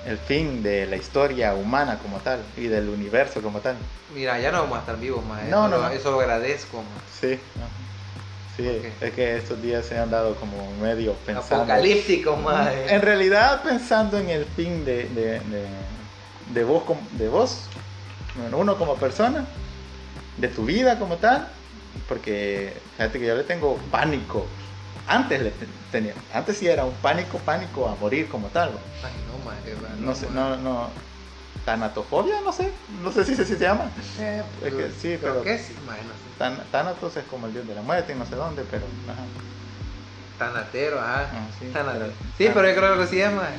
Speaker 3: el fin de la historia humana como tal y del universo como tal.
Speaker 4: Mira, ya no vamos a estar vivos, más.
Speaker 3: No,
Speaker 4: eso,
Speaker 3: no,
Speaker 4: lo-
Speaker 3: no.
Speaker 4: Eso lo agradezco, más.
Speaker 3: Sí. Sí,
Speaker 4: Ok.
Speaker 3: es que estos días se han dado como medio pensando.
Speaker 4: Apocalíptico, eh. más.
Speaker 3: En realidad, pensando en el fin de, de, de, de vos, com- de vos, bueno, uno como persona, de tu vida como tal, porque fíjate que yo le tengo pánico. Antes le ten- tenía, antes sí era un pánico, pánico a morir como tal. ¿no?
Speaker 4: Ay, no, maje, va,
Speaker 3: No sé,
Speaker 4: maje.
Speaker 3: no, no. Tanatofobia, no sé, no sé si, si se llama.
Speaker 4: Eh,
Speaker 3: Es que sí,
Speaker 4: creo
Speaker 3: pero-
Speaker 4: que sí, maje, no sé.
Speaker 3: Tan, Thanatos es como el dios de la muerte y no sé dónde, pero. ajá.
Speaker 4: Tanatero, ajá.
Speaker 3: Ah, sí,
Speaker 4: Tanatero.
Speaker 3: pero-
Speaker 4: Sí, pero yo creo que sí es, maje.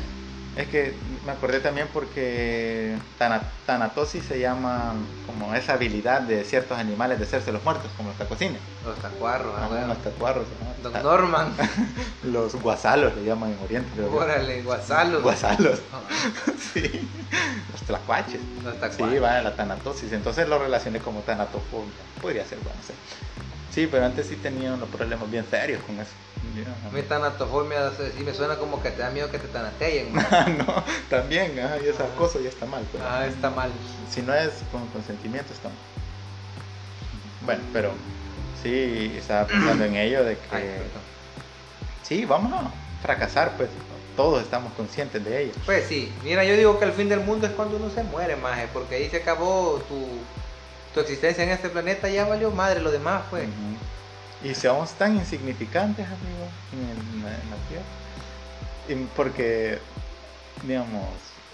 Speaker 3: Es que me acordé también porque tana- Tanatosis se llama como esa habilidad de ciertos animales de hacerse los muertos, como los tacocines,
Speaker 4: Los tacuarros, ah,
Speaker 3: Ajá,
Speaker 4: bueno.
Speaker 3: los tacuarros, ajá.
Speaker 4: Don
Speaker 3: Ta-
Speaker 4: Norman,
Speaker 3: los guasalos le llaman en Oriente, creo que.
Speaker 4: órale, Guasalo.
Speaker 3: Guasalos,
Speaker 4: Ah,
Speaker 3: sí. Los tlacuaches.
Speaker 4: Los
Speaker 3: Sí,
Speaker 4: tacuarros.
Speaker 3: va la tanatosis. Entonces lo relacioné como tanatofobia. Podría ser, bueno, no sé. Sí, pero antes sí tenía unos problemas bien serios con eso.
Speaker 4: A
Speaker 3: Ajá.
Speaker 4: mí tanatofobia, sí me suena como que te da miedo que te tanateen. maje.
Speaker 3: Ah, no, también, ajá, y esas
Speaker 4: Ajá.
Speaker 3: cosas ya está mal. pues. Pero...
Speaker 4: Ah, está mal.
Speaker 3: si no es con consentimiento está mal. bueno pero sí estaba pensando en ello de que
Speaker 4: Ay, perdón.
Speaker 3: sí vamos a fracasar pues todos estamos conscientes de ello
Speaker 4: Pues sí, mira, yo digo que el fin del mundo es cuando uno se muere, maje, porque ahí se acabó tu, tu existencia en este planeta, ya valió madre lo demás, pues.
Speaker 3: Ujú. y somos tan insignificantes amigos en, el- en la tierra Y porque digamos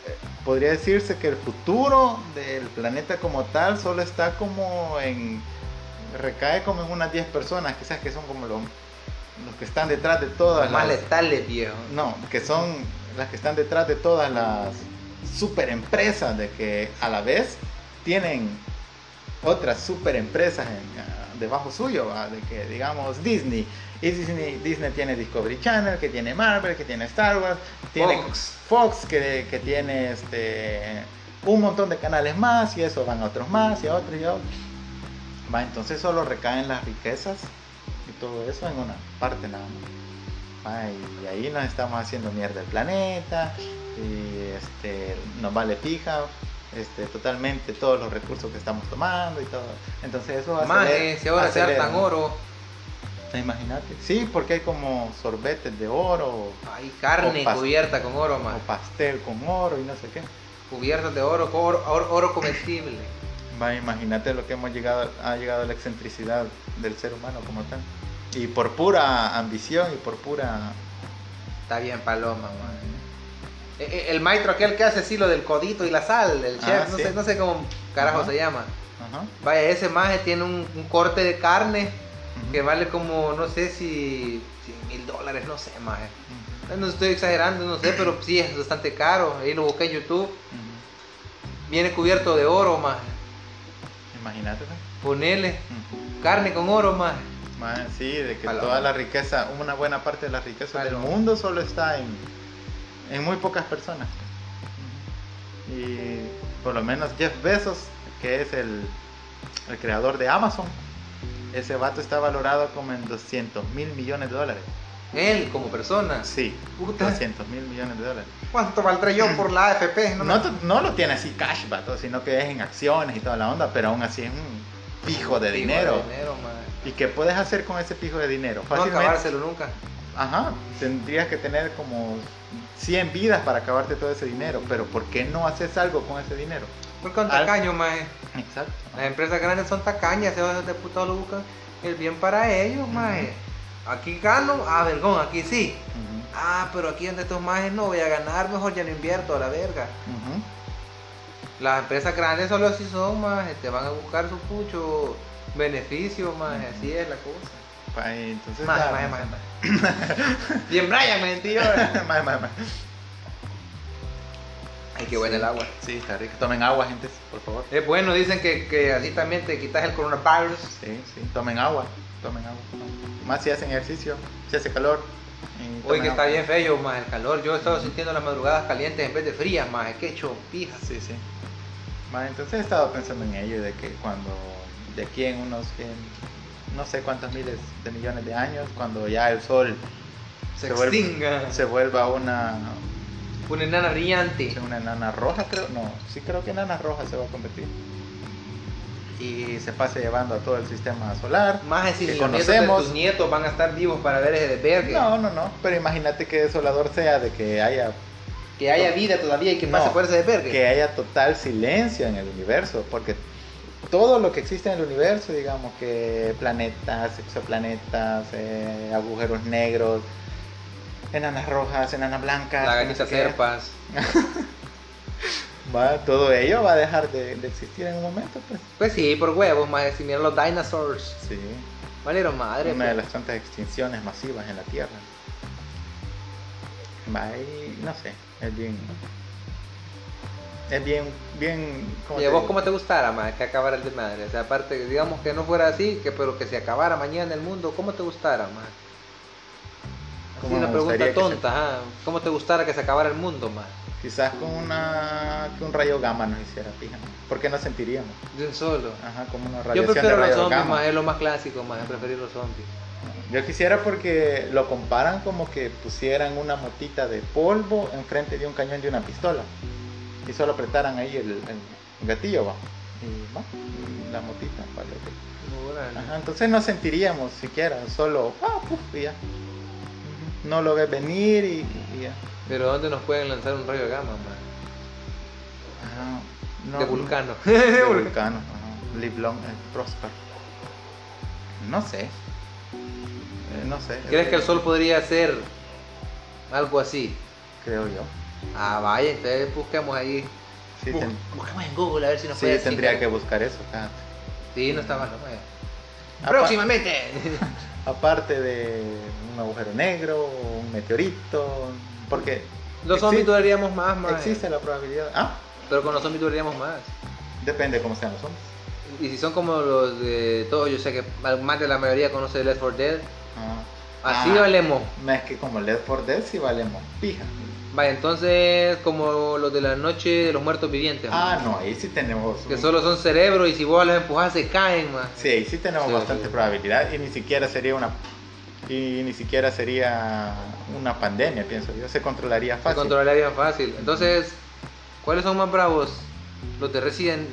Speaker 3: eh, podría decirse que el futuro del planeta como tal solo está como en recae como en unas 10 personas quizás que son como los los que están detrás de todas
Speaker 4: Los más
Speaker 3: las,
Speaker 4: letales, viejo.
Speaker 3: No, que son las que están detrás de todas las super empresas de que a la vez tienen otras super empresas en- ah, debajo suyo, ¿va? de que digamos Disney. Y Disney, Disney tiene Discovery Channel, que tiene Marvel, que tiene Star Wars, tiene
Speaker 4: Fox.
Speaker 3: Fox, que, que tiene este un montón de canales más, y eso van a otros más, y a otros, y a otros. Va, entonces solo recaen las riquezas y todo eso en una parte nada más. Va, y ahí nos estamos haciendo mierda el planeta, y este, nos vale pija este, totalmente todos los recursos que estamos tomando y todo. Entonces eso va a
Speaker 4: Maje, si ahora se hartan oro,
Speaker 3: Imagínate. Sí, porque hay como sorbetes de oro
Speaker 4: hay
Speaker 3: O
Speaker 4: carne
Speaker 3: pas-
Speaker 4: cubierta con oro,
Speaker 3: o
Speaker 4: maje.
Speaker 3: pastel con oro y no sé qué.
Speaker 4: Cubierta de oro, con oro, oro, oro comestible.
Speaker 3: Va, imagínate lo que hemos llegado, ha llegado a la excentricidad del ser humano como tal. Y por pura ambición y por pura...
Speaker 4: Está bien, paloma, maje. E- e- El maestro aquel que hace así lo del codito y la sal, el
Speaker 3: Ah,
Speaker 4: chef, no,
Speaker 3: sí.
Speaker 4: sé, no sé cómo carajo
Speaker 3: Ajá.
Speaker 4: se llama.
Speaker 3: Ajá.
Speaker 4: Vaya, ese maje tiene un, un corte de carne
Speaker 3: Ujú.
Speaker 4: que vale como, no sé si 100 mil dólares, no sé, maje. Eh,
Speaker 3: Ujú.
Speaker 4: No estoy exagerando, no sé, pero sí es bastante caro. Ahí lo busqué en YouTube.
Speaker 3: Ujú.
Speaker 4: Viene cubierto de oro, maje.
Speaker 3: Imagínate. ¿no?
Speaker 4: Ponele
Speaker 3: Ujú.
Speaker 4: carne con oro, maje.
Speaker 3: Ma, sí, de que
Speaker 4: Paloma.
Speaker 3: toda la riqueza, una buena parte de la riqueza
Speaker 4: Paloma.
Speaker 3: del mundo solo está en, en muy pocas personas. Y por lo menos Jeff Bezos, que es el, el creador de Amazon, ese vato está valorado como en 200 mil millones de dólares.
Speaker 4: Él como persona.
Speaker 3: Sí,
Speaker 4: Puta.
Speaker 3: 200 mil millones de dólares.
Speaker 4: ¿Cuánto valdré yo por la AFP?
Speaker 3: No,
Speaker 4: me-
Speaker 3: t- no lo tiene así cash, vato, sino que es en acciones y toda la onda, pero aún así es un pijo de
Speaker 4: Digo,
Speaker 3: dinero.
Speaker 4: dinero, maje.
Speaker 3: ¿Y qué puedes hacer con ese pijo de dinero?
Speaker 4: No acabárselo nunca.
Speaker 3: Ajá, tendrías que tener como 100 vidas para acabarte todo ese dinero, pero ¿por qué no haces algo con ese dinero?
Speaker 4: Porque son
Speaker 3: Al-
Speaker 4: tacaños, maje.
Speaker 3: Exacto.
Speaker 4: Las empresas grandes son tacañas, esos de puta lo buscan el bien para ellos, maje. Aquí gano, ah, vergón, aquí sí.
Speaker 3: Ujú,
Speaker 4: Ah, pero aquí donde estos majes no voy a ganar, mejor ya no invierto a la verga.
Speaker 3: ujú.
Speaker 4: Las empresas grandes solo así son, maje, te van a buscar su pucho beneficio, maje, así es la cosa.
Speaker 3: Pa- Entonces,
Speaker 4: Maje,
Speaker 3: claro,
Speaker 4: maje, maje,
Speaker 3: o sea,
Speaker 4: maje. Bien Brian, me sentí yo.
Speaker 3: maje, maje, maje.
Speaker 4: Ay, qué bueno el agua.
Speaker 3: Sí, está rico. Tomen agua, gente, por favor.
Speaker 4: Es bueno, dicen que, que así también te quitas el coronavirus.
Speaker 3: Sí, sí, tomen agua, tomen agua. Más si hacen ejercicio, si hace calor. y
Speaker 4: Hoy
Speaker 3: tomen
Speaker 4: que está
Speaker 3: agua.
Speaker 4: bien feo, más el calor. Yo he estado sintiendo las madrugadas calientes en vez de frías, más que chopijas.
Speaker 3: Sí, sí. Ma, entonces he estado pensando en ello, de que cuando de aquí en unos en no sé cuántos miles de millones de años, cuando ya el sol
Speaker 4: Se,
Speaker 3: Se vuelve-
Speaker 4: extinga.
Speaker 3: se vuelva una
Speaker 4: Una enana brillante.
Speaker 3: una enana roja, creo, no, sí creo que enana roja se va a convertir. Y se pase llevando a todo el sistema solar.
Speaker 4: Más es
Speaker 3: Que
Speaker 4: decir, los nietos de
Speaker 3: conocemos.
Speaker 4: tus nietos van a estar vivos para ver ese desvergue.
Speaker 3: No, no, no, pero imagínate que desolador sea de que haya
Speaker 4: Que haya vida todavía y que
Speaker 3: No,
Speaker 4: pase por ese desvergue.
Speaker 3: que haya total silencio en el universo, porque todo lo que existe en el universo, digamos que planetas, exoplanetas, eh, agujeros negros, enanas rojas, enanas blancas,
Speaker 4: La
Speaker 3: no sé
Speaker 4: ganita
Speaker 3: qué.
Speaker 4: Serpas.
Speaker 3: Va- todo ello va a dejar de, de existir en un momento, pues.
Speaker 4: Pues sí, por huevos, más si miran los dinosaurs.
Speaker 3: Sí,
Speaker 4: Valieron madre.
Speaker 3: una de
Speaker 4: pues.
Speaker 3: las tantas extinciones masivas en la Tierra. Va y- no sé, es bien. Es bien, bien. ¿cómo
Speaker 4: Y
Speaker 3: te
Speaker 4: a vos
Speaker 3: digo?
Speaker 4: como te gustara, más que acabara el de madre. O sea, aparte, que digamos que no fuera así, que pero que se acabara mañana el mundo, ¿cómo te gustara, más?
Speaker 3: ¿Cómo
Speaker 4: una
Speaker 3: me
Speaker 4: pregunta
Speaker 3: gustaría que se-
Speaker 4: tonta, ajá. ¿cómo te gustara que se acabara el mundo, más?
Speaker 3: Quizás con una que un rayo gamma nos hiciera, fíjate. Porque no sentiríamos. pues.
Speaker 4: De un solo.
Speaker 3: Ajá, como una
Speaker 4: Yo
Speaker 3: Ah, radiación
Speaker 4: prefiero
Speaker 3: de
Speaker 4: los
Speaker 3: rayo
Speaker 4: zombies,
Speaker 3: gamma.
Speaker 4: más es lo más clásico, más preferir los zombies.
Speaker 3: Yo quisiera porque lo comparan como que pusieran una motita de polvo enfrente de un cañón de una pistola y solo apretaran ahí el, el gatillo, va. Y va, y la motita, vale.
Speaker 4: Órale.
Speaker 3: Ajá, entonces no sentiríamos siquiera, solo, ah, puf, y ya. No lo ves venir y, y ya.
Speaker 4: Pero ¿dónde nos pueden lanzar un rayo gamma, más?
Speaker 3: Ajá, no-
Speaker 4: de vulcano.
Speaker 3: De vulcano, ajá. Live long and prosper. No sé. Eh, no sé.
Speaker 4: ¿Crees que el sol podría ser algo así?
Speaker 3: Creo yo.
Speaker 4: Ah, vaya, entonces busquemos ahí.
Speaker 3: Sí,
Speaker 4: Bus-
Speaker 3: ten-
Speaker 4: Busquemos en Google a ver si nos
Speaker 3: sí,
Speaker 4: puede decir,
Speaker 3: tendría
Speaker 4: pero-
Speaker 3: que buscar eso. fíjate.
Speaker 4: Sí, no está mal, no mal.
Speaker 3: Apa-
Speaker 4: Próximamente.
Speaker 3: Aparte de un agujero negro, un meteorito, porque
Speaker 4: Los zombies
Speaker 3: Exi-
Speaker 4: duraríamos más, eh. más.
Speaker 3: existe la probabilidad. Ah,
Speaker 4: Pero con los zombies duraríamos más.
Speaker 3: depende de cómo sean los zombies.
Speaker 4: Y si son como los de todos, yo sé que más de la mayoría conoce Left 4 Dead.
Speaker 3: Ah.
Speaker 4: Así
Speaker 3: Ah,
Speaker 4: valemos.
Speaker 3: No es que como Led for Dead sí valemos pija.
Speaker 4: Vaya, entonces como los de la noche de los muertos vivientes.
Speaker 3: Ah, no, ahí sí tenemos.
Speaker 4: man. que
Speaker 3: un-
Speaker 4: solo son cerebros y si vos los empujás se caen más.
Speaker 3: Sí, ahí sí tenemos
Speaker 4: Sí,
Speaker 3: bastante
Speaker 4: sí.
Speaker 3: probabilidad y ni siquiera sería una y ni siquiera sería una pandemia, pienso yo. Se controlaría
Speaker 4: Se
Speaker 3: fácil.
Speaker 4: controlaría bien fácil. Entonces, ¿cuáles son más bravos? ¿Los de Resident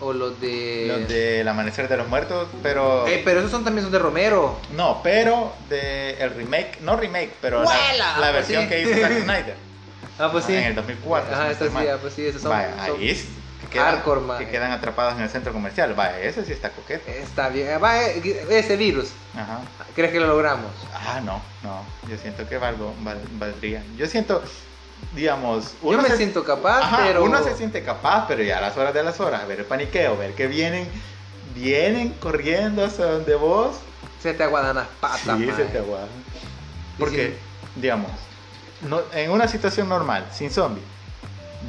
Speaker 4: o los de.?
Speaker 3: Los del amanecer de los muertos, pero
Speaker 4: Eh, pero esos son también son de Romero.
Speaker 3: No, pero de el remake, no remake, pero la,
Speaker 4: ¡Huela!
Speaker 3: la
Speaker 4: Pues
Speaker 3: versión
Speaker 4: sí.
Speaker 3: que hizo Zack Snyder.
Speaker 4: Ah, pues sí.
Speaker 3: En el 2004. si
Speaker 4: Ajá,
Speaker 3: no
Speaker 4: esas
Speaker 3: estoy
Speaker 4: sí,
Speaker 3: mal.
Speaker 4: ah, pues sí, esos son.
Speaker 3: Vaya,
Speaker 4: son-
Speaker 3: ahí es que quedan,
Speaker 4: hardcore, man.
Speaker 3: que quedan atrapados en el centro comercial. Vaya, ese sí está coqueto.
Speaker 4: Está bien. Ah, va, eh, ese virus,
Speaker 3: Ajá.
Speaker 4: ¿crees que lo logramos?
Speaker 3: Ah, no, no. Yo siento que valgo, val- valdría. Yo siento, digamos,
Speaker 4: Yo me
Speaker 3: se-
Speaker 4: siento capaz,
Speaker 3: Ajá,
Speaker 4: pero.
Speaker 3: uno se siente capaz, pero ya a las horas de las horas, a ver el paniqueo, ver que vienen, vienen corriendo hacia donde vos.
Speaker 4: Se te aguadan las patas.
Speaker 3: sí, se
Speaker 4: mae.
Speaker 3: te aguadan. Porque, digamos, no- en una situación normal, sin zombies,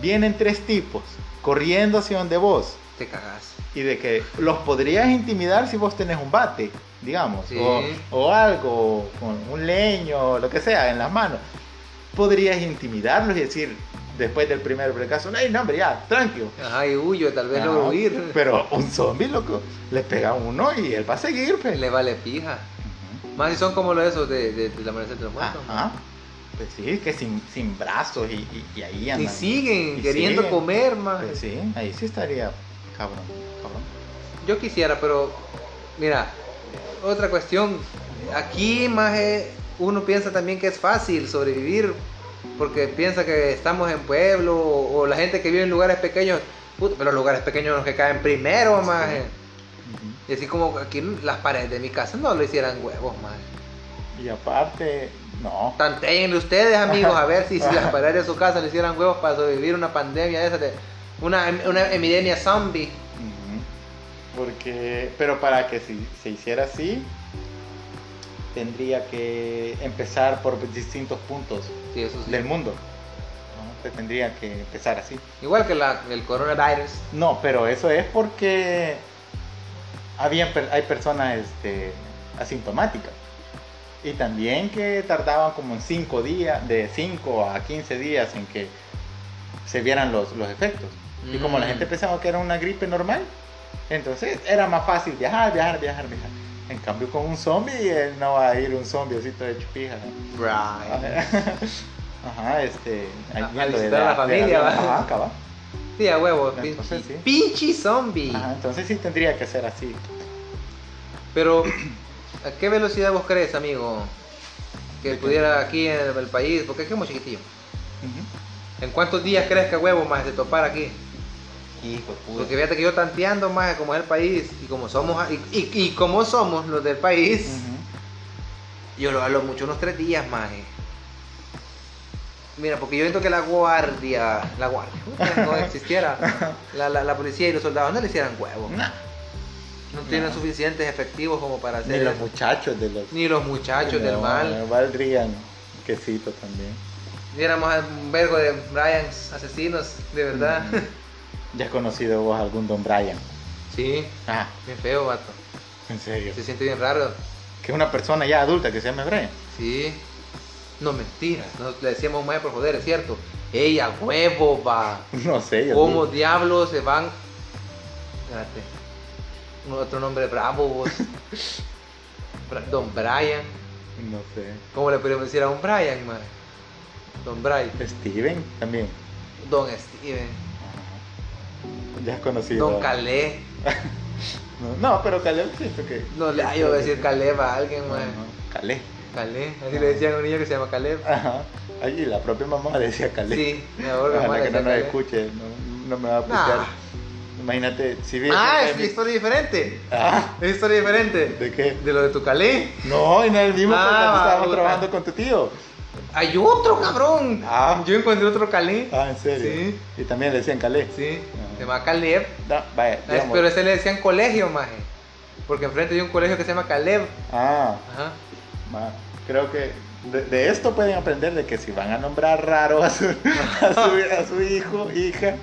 Speaker 3: vienen tres tipos corriendo hacia donde vos
Speaker 4: Te cagas.
Speaker 3: y de que los podrías intimidar si vos tenés un bate, digamos,
Speaker 4: Sí.
Speaker 3: o, o algo, con un leño, lo que sea, en las manos. Podrías intimidarlos y decir, después del primer fracaso, no, no, hombre, ya, tranquilo.
Speaker 4: Ajá, y huyo, tal vez
Speaker 3: Ah,
Speaker 4: logro huir.
Speaker 3: Pero un zombie, loco, le pega a uno y él va a seguir, pues.
Speaker 4: Le vale pija. Más si son como los esos de, de, del amanecer
Speaker 3: Ah,
Speaker 4: de los muertos.
Speaker 3: Ajá. Pues sí, que sin, sin brazos y, y- y ahí
Speaker 4: Y
Speaker 3: andan.
Speaker 4: siguen
Speaker 3: Y
Speaker 4: queriendo
Speaker 3: siguen.
Speaker 4: comer, más.
Speaker 3: Pues sí, ahí sí estaría cabrón, cabrón.
Speaker 4: Yo quisiera, pero mira, otra cuestión. Aquí más eh, uno piensa también que es fácil sobrevivir porque piensa que estamos en pueblo o, o la gente que vive en lugares pequeños. Puta, pero los lugares pequeños son los que caen primero, más. eh.
Speaker 3: Ujú.
Speaker 4: Y así como aquí las paredes de mi casa no lo hicieran huevos, más.
Speaker 3: Y aparte, no.
Speaker 4: Tanteenle ustedes, amigos, a ver si, si las paredes de su casa le hicieran huevos para sobrevivir una pandemia de esas, de- una, una epidemia zombie.
Speaker 3: Ujú. Porque, pero para que si se hiciera así, tendría que empezar por distintos puntos
Speaker 4: Sí, eso sí.
Speaker 3: del mundo. ¿no? Se tendría que empezar así.
Speaker 4: Igual que la, el coronavirus.
Speaker 3: No, pero eso es porque habían per- hay personas este, asintomáticas. Y también que tardaban como en 5 días, de 5 a 15 días en que se vieran los, los efectos. Y como la
Speaker 4: Mm.
Speaker 3: gente pensaba que era una gripe normal, entonces era más fácil viajar, viajar, viajar, viajar. En cambio con un zombie eh, no va a ir un zombie así todo hecho pija.
Speaker 4: Right.
Speaker 3: Ajá, este...
Speaker 4: A- a
Speaker 3: yendo
Speaker 4: visitar a la
Speaker 3: de
Speaker 4: familia, ¿va?
Speaker 3: Ajá, cabal.
Speaker 4: Sí, a huevo,
Speaker 3: Entonces,
Speaker 4: pinche,
Speaker 3: sí.
Speaker 4: pinche zombie.
Speaker 3: Ajá, entonces sí tendría que ser así.
Speaker 4: Pero, ¿a qué velocidad vos crees, amigo? Que
Speaker 3: ¿De qué?
Speaker 4: pudiera aquí en el, país, porque aquí es muy chiquitillo.
Speaker 3: Ujú.
Speaker 4: ¿En cuántos días crees que a huevo más de topar aquí?
Speaker 3: Hijo de puta.
Speaker 4: Porque fíjate que yo tanteando más como es el país y como somos y, y- y como somos los del país,
Speaker 3: Ujú.
Speaker 4: yo lo hablo mucho unos tres días más. Mira, porque yo siento que la guardia, la guardia, puta, no existiera, la, la- la policía y los soldados no le hicieran huevos.
Speaker 3: Nah,
Speaker 4: No tienen
Speaker 3: No.
Speaker 4: suficientes efectivos como para hacer
Speaker 3: Ni los
Speaker 4: eso.
Speaker 3: muchachos de los.
Speaker 4: Ni los muchachos del
Speaker 3: No,
Speaker 4: mal.
Speaker 3: no Valdrían quesito también.
Speaker 4: Viéramos a un vergo de Brian's asesinos, de verdad.
Speaker 3: Mm. ¿Ya has conocido vos algún Don Brian?
Speaker 4: Sí,
Speaker 3: Ah,
Speaker 4: bien feo, vato.
Speaker 3: en serio.
Speaker 4: Se siente bien raro.
Speaker 3: Que una persona ya adulta que se llame Brian.
Speaker 4: Sí. No mentiras. Nos le decíamos a un maestro por joder, es cierto. Ella, huevo, va.
Speaker 3: No sé, yo.
Speaker 4: ¿Cómo
Speaker 3: digo.
Speaker 4: diablos se van? Espérate. Un Otro nombre bravo, vos. Bra- Don Brian.
Speaker 3: No sé.
Speaker 4: ¿Cómo le podríamos decir a un Brian, man? Don Brian.
Speaker 3: Steven también.
Speaker 4: Don Steven.
Speaker 3: Ya has conocido.
Speaker 4: Don Calé.
Speaker 3: No, no, pero Calé siento que.
Speaker 4: No le hallo decir Caleb a alguien,
Speaker 3: No,
Speaker 4: man.
Speaker 3: no, Ah, Calé.
Speaker 4: Calé. Así le decían a un niño que se llama Caleb.
Speaker 3: Ajá. Allí la propia mamá decía Calé.
Speaker 4: Sí, mi abuelo, mamá,
Speaker 3: Ojalá que Ah,
Speaker 4: le
Speaker 3: no
Speaker 4: decía
Speaker 3: nos
Speaker 4: Caleb.
Speaker 3: escuche, no, no me va a putear.
Speaker 4: Nah.
Speaker 3: Imagínate, si vi.
Speaker 4: Ah, es una historia diferente.
Speaker 3: Ah,
Speaker 4: Es una historia diferente.
Speaker 3: ¿De qué?
Speaker 4: De lo de tu Calé.
Speaker 3: No, y no es el mismo
Speaker 4: Ah,
Speaker 3: porque estábamos
Speaker 4: puta.
Speaker 3: trabajando con tu tío.
Speaker 4: Hay otro cabrón.
Speaker 3: Ah.
Speaker 4: Yo encontré otro Calé.
Speaker 3: Ah, en serio. Y también le decían Calé.
Speaker 4: Sí,
Speaker 3: Ah.
Speaker 4: se llama Caleb.
Speaker 3: Da- vaya,
Speaker 4: Ah,
Speaker 3: digamos.
Speaker 4: Pero ese le decían colegio, maje. Porque enfrente hay un colegio que se llama Caleb.
Speaker 3: Ah,
Speaker 4: Ajá.
Speaker 3: ma, creo que de, de esto pueden aprender de que si van a nombrar raro a su, a su, a su hijo, hija.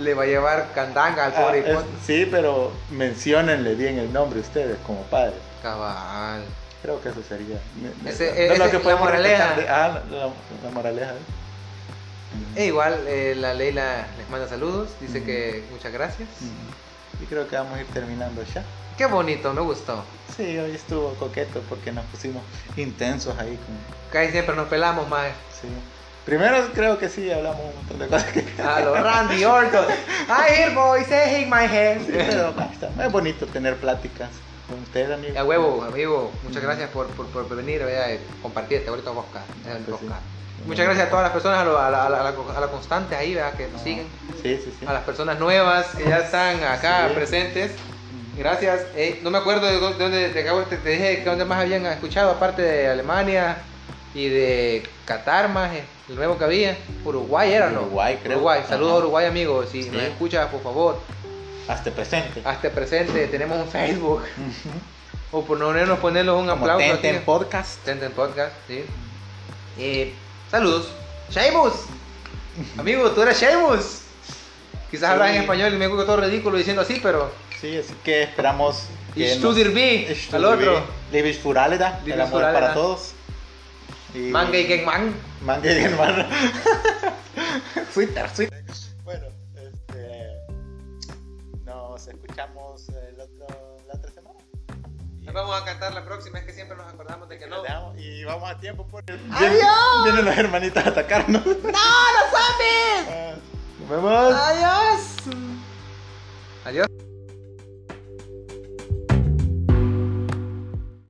Speaker 4: Le va a llevar candanga al
Speaker 3: ah,
Speaker 4: pobre
Speaker 3: es-
Speaker 4: hijo.
Speaker 3: sí, pero menciónenle bien el nombre ustedes como padres.
Speaker 4: Cabal.
Speaker 3: Creo que eso sería.
Speaker 4: Ese-
Speaker 3: es
Speaker 4: ese-
Speaker 3: lo que
Speaker 4: la
Speaker 3: podemos
Speaker 4: moraleja.
Speaker 3: rescatar de- Ah, la, la- la moraleja. ¿eh?
Speaker 4: E igual, eh, la Leila les manda saludos. Dice
Speaker 3: Ujú.
Speaker 4: que muchas gracias.
Speaker 3: Ujú. Mm. Y creo que vamos a ir terminando ya.
Speaker 4: Qué bonito, me gustó.
Speaker 3: Sí, hoy estuvo coqueto porque nos pusimos intensos ahí. con-
Speaker 4: Casi siempre nos pelamos, maje.
Speaker 3: sí. Primero creo que sí, hablamos un montón de cosas que...
Speaker 4: A los Randy Orton. I hear voices in my
Speaker 3: Sí,
Speaker 4: head.
Speaker 3: pero ahí está. es bonito tener pláticas con ustedes, amigos.
Speaker 4: A huevo, amigo, muchas
Speaker 3: Ujú.
Speaker 4: gracias por, por, por venir ¿verdad? y compartir este bonito podcast.
Speaker 3: Ah,
Speaker 4: el
Speaker 3: pues sí.
Speaker 4: podcast. Muchas gracias a todas las personas, a, lo- a la, a la- a la- a la constante ahí, ¿verdad? que nos siguen,
Speaker 3: Sí, sí, sí.
Speaker 4: a las personas nuevas que ya están acá
Speaker 3: Sí.
Speaker 4: presentes.
Speaker 3: Mm.
Speaker 4: Gracias. Ey, no me acuerdo de dó- de dónde te, acabo- te- te dije que dónde más habían escuchado, aparte de Alemania y de Qatar, más eh, el nuevo que había. Uruguay era, ¿no?
Speaker 3: Uruguay, creo.
Speaker 4: Uruguay. Saludos a
Speaker 3: Ajá.
Speaker 4: Uruguay, amigos. Si
Speaker 3: Sí.
Speaker 4: nos escuchas, por favor,
Speaker 3: Hasta presente.
Speaker 4: hasta presente. Tenemos un Facebook. O por no menos ponerlos un aplauso. aquí.
Speaker 3: en podcast.
Speaker 4: Tenten Podcast, sí. Eh, saludos. Sheamus. Amigo, tú eres Sheamus. Quizás
Speaker 3: Sí.
Speaker 4: hablas en español y me escucho todo ridículo diciendo así, pero...
Speaker 3: Sí, así que esperamos.
Speaker 4: Y
Speaker 3: que nos-
Speaker 4: Studirbi, al otro.
Speaker 3: Libis Furálida, el
Speaker 4: Libis
Speaker 3: amor
Speaker 4: Furálida.
Speaker 3: para todos. Y...
Speaker 4: Manga y Gengman.
Speaker 3: Manga y hermano. Twitter, Twitter. Bueno, este. Nos escuchamos el otro, la otra semana.
Speaker 4: Nos vamos a cantar la próxima, es que siempre nos acordamos de que no.
Speaker 3: Le damos- Y vamos a tiempo porque vienen-
Speaker 4: ¡Adiós!
Speaker 3: vienen los hermanitos a atacarnos.
Speaker 4: ¡No, no sabes!
Speaker 3: Ah, Nos vemos.
Speaker 4: ¡Adiós!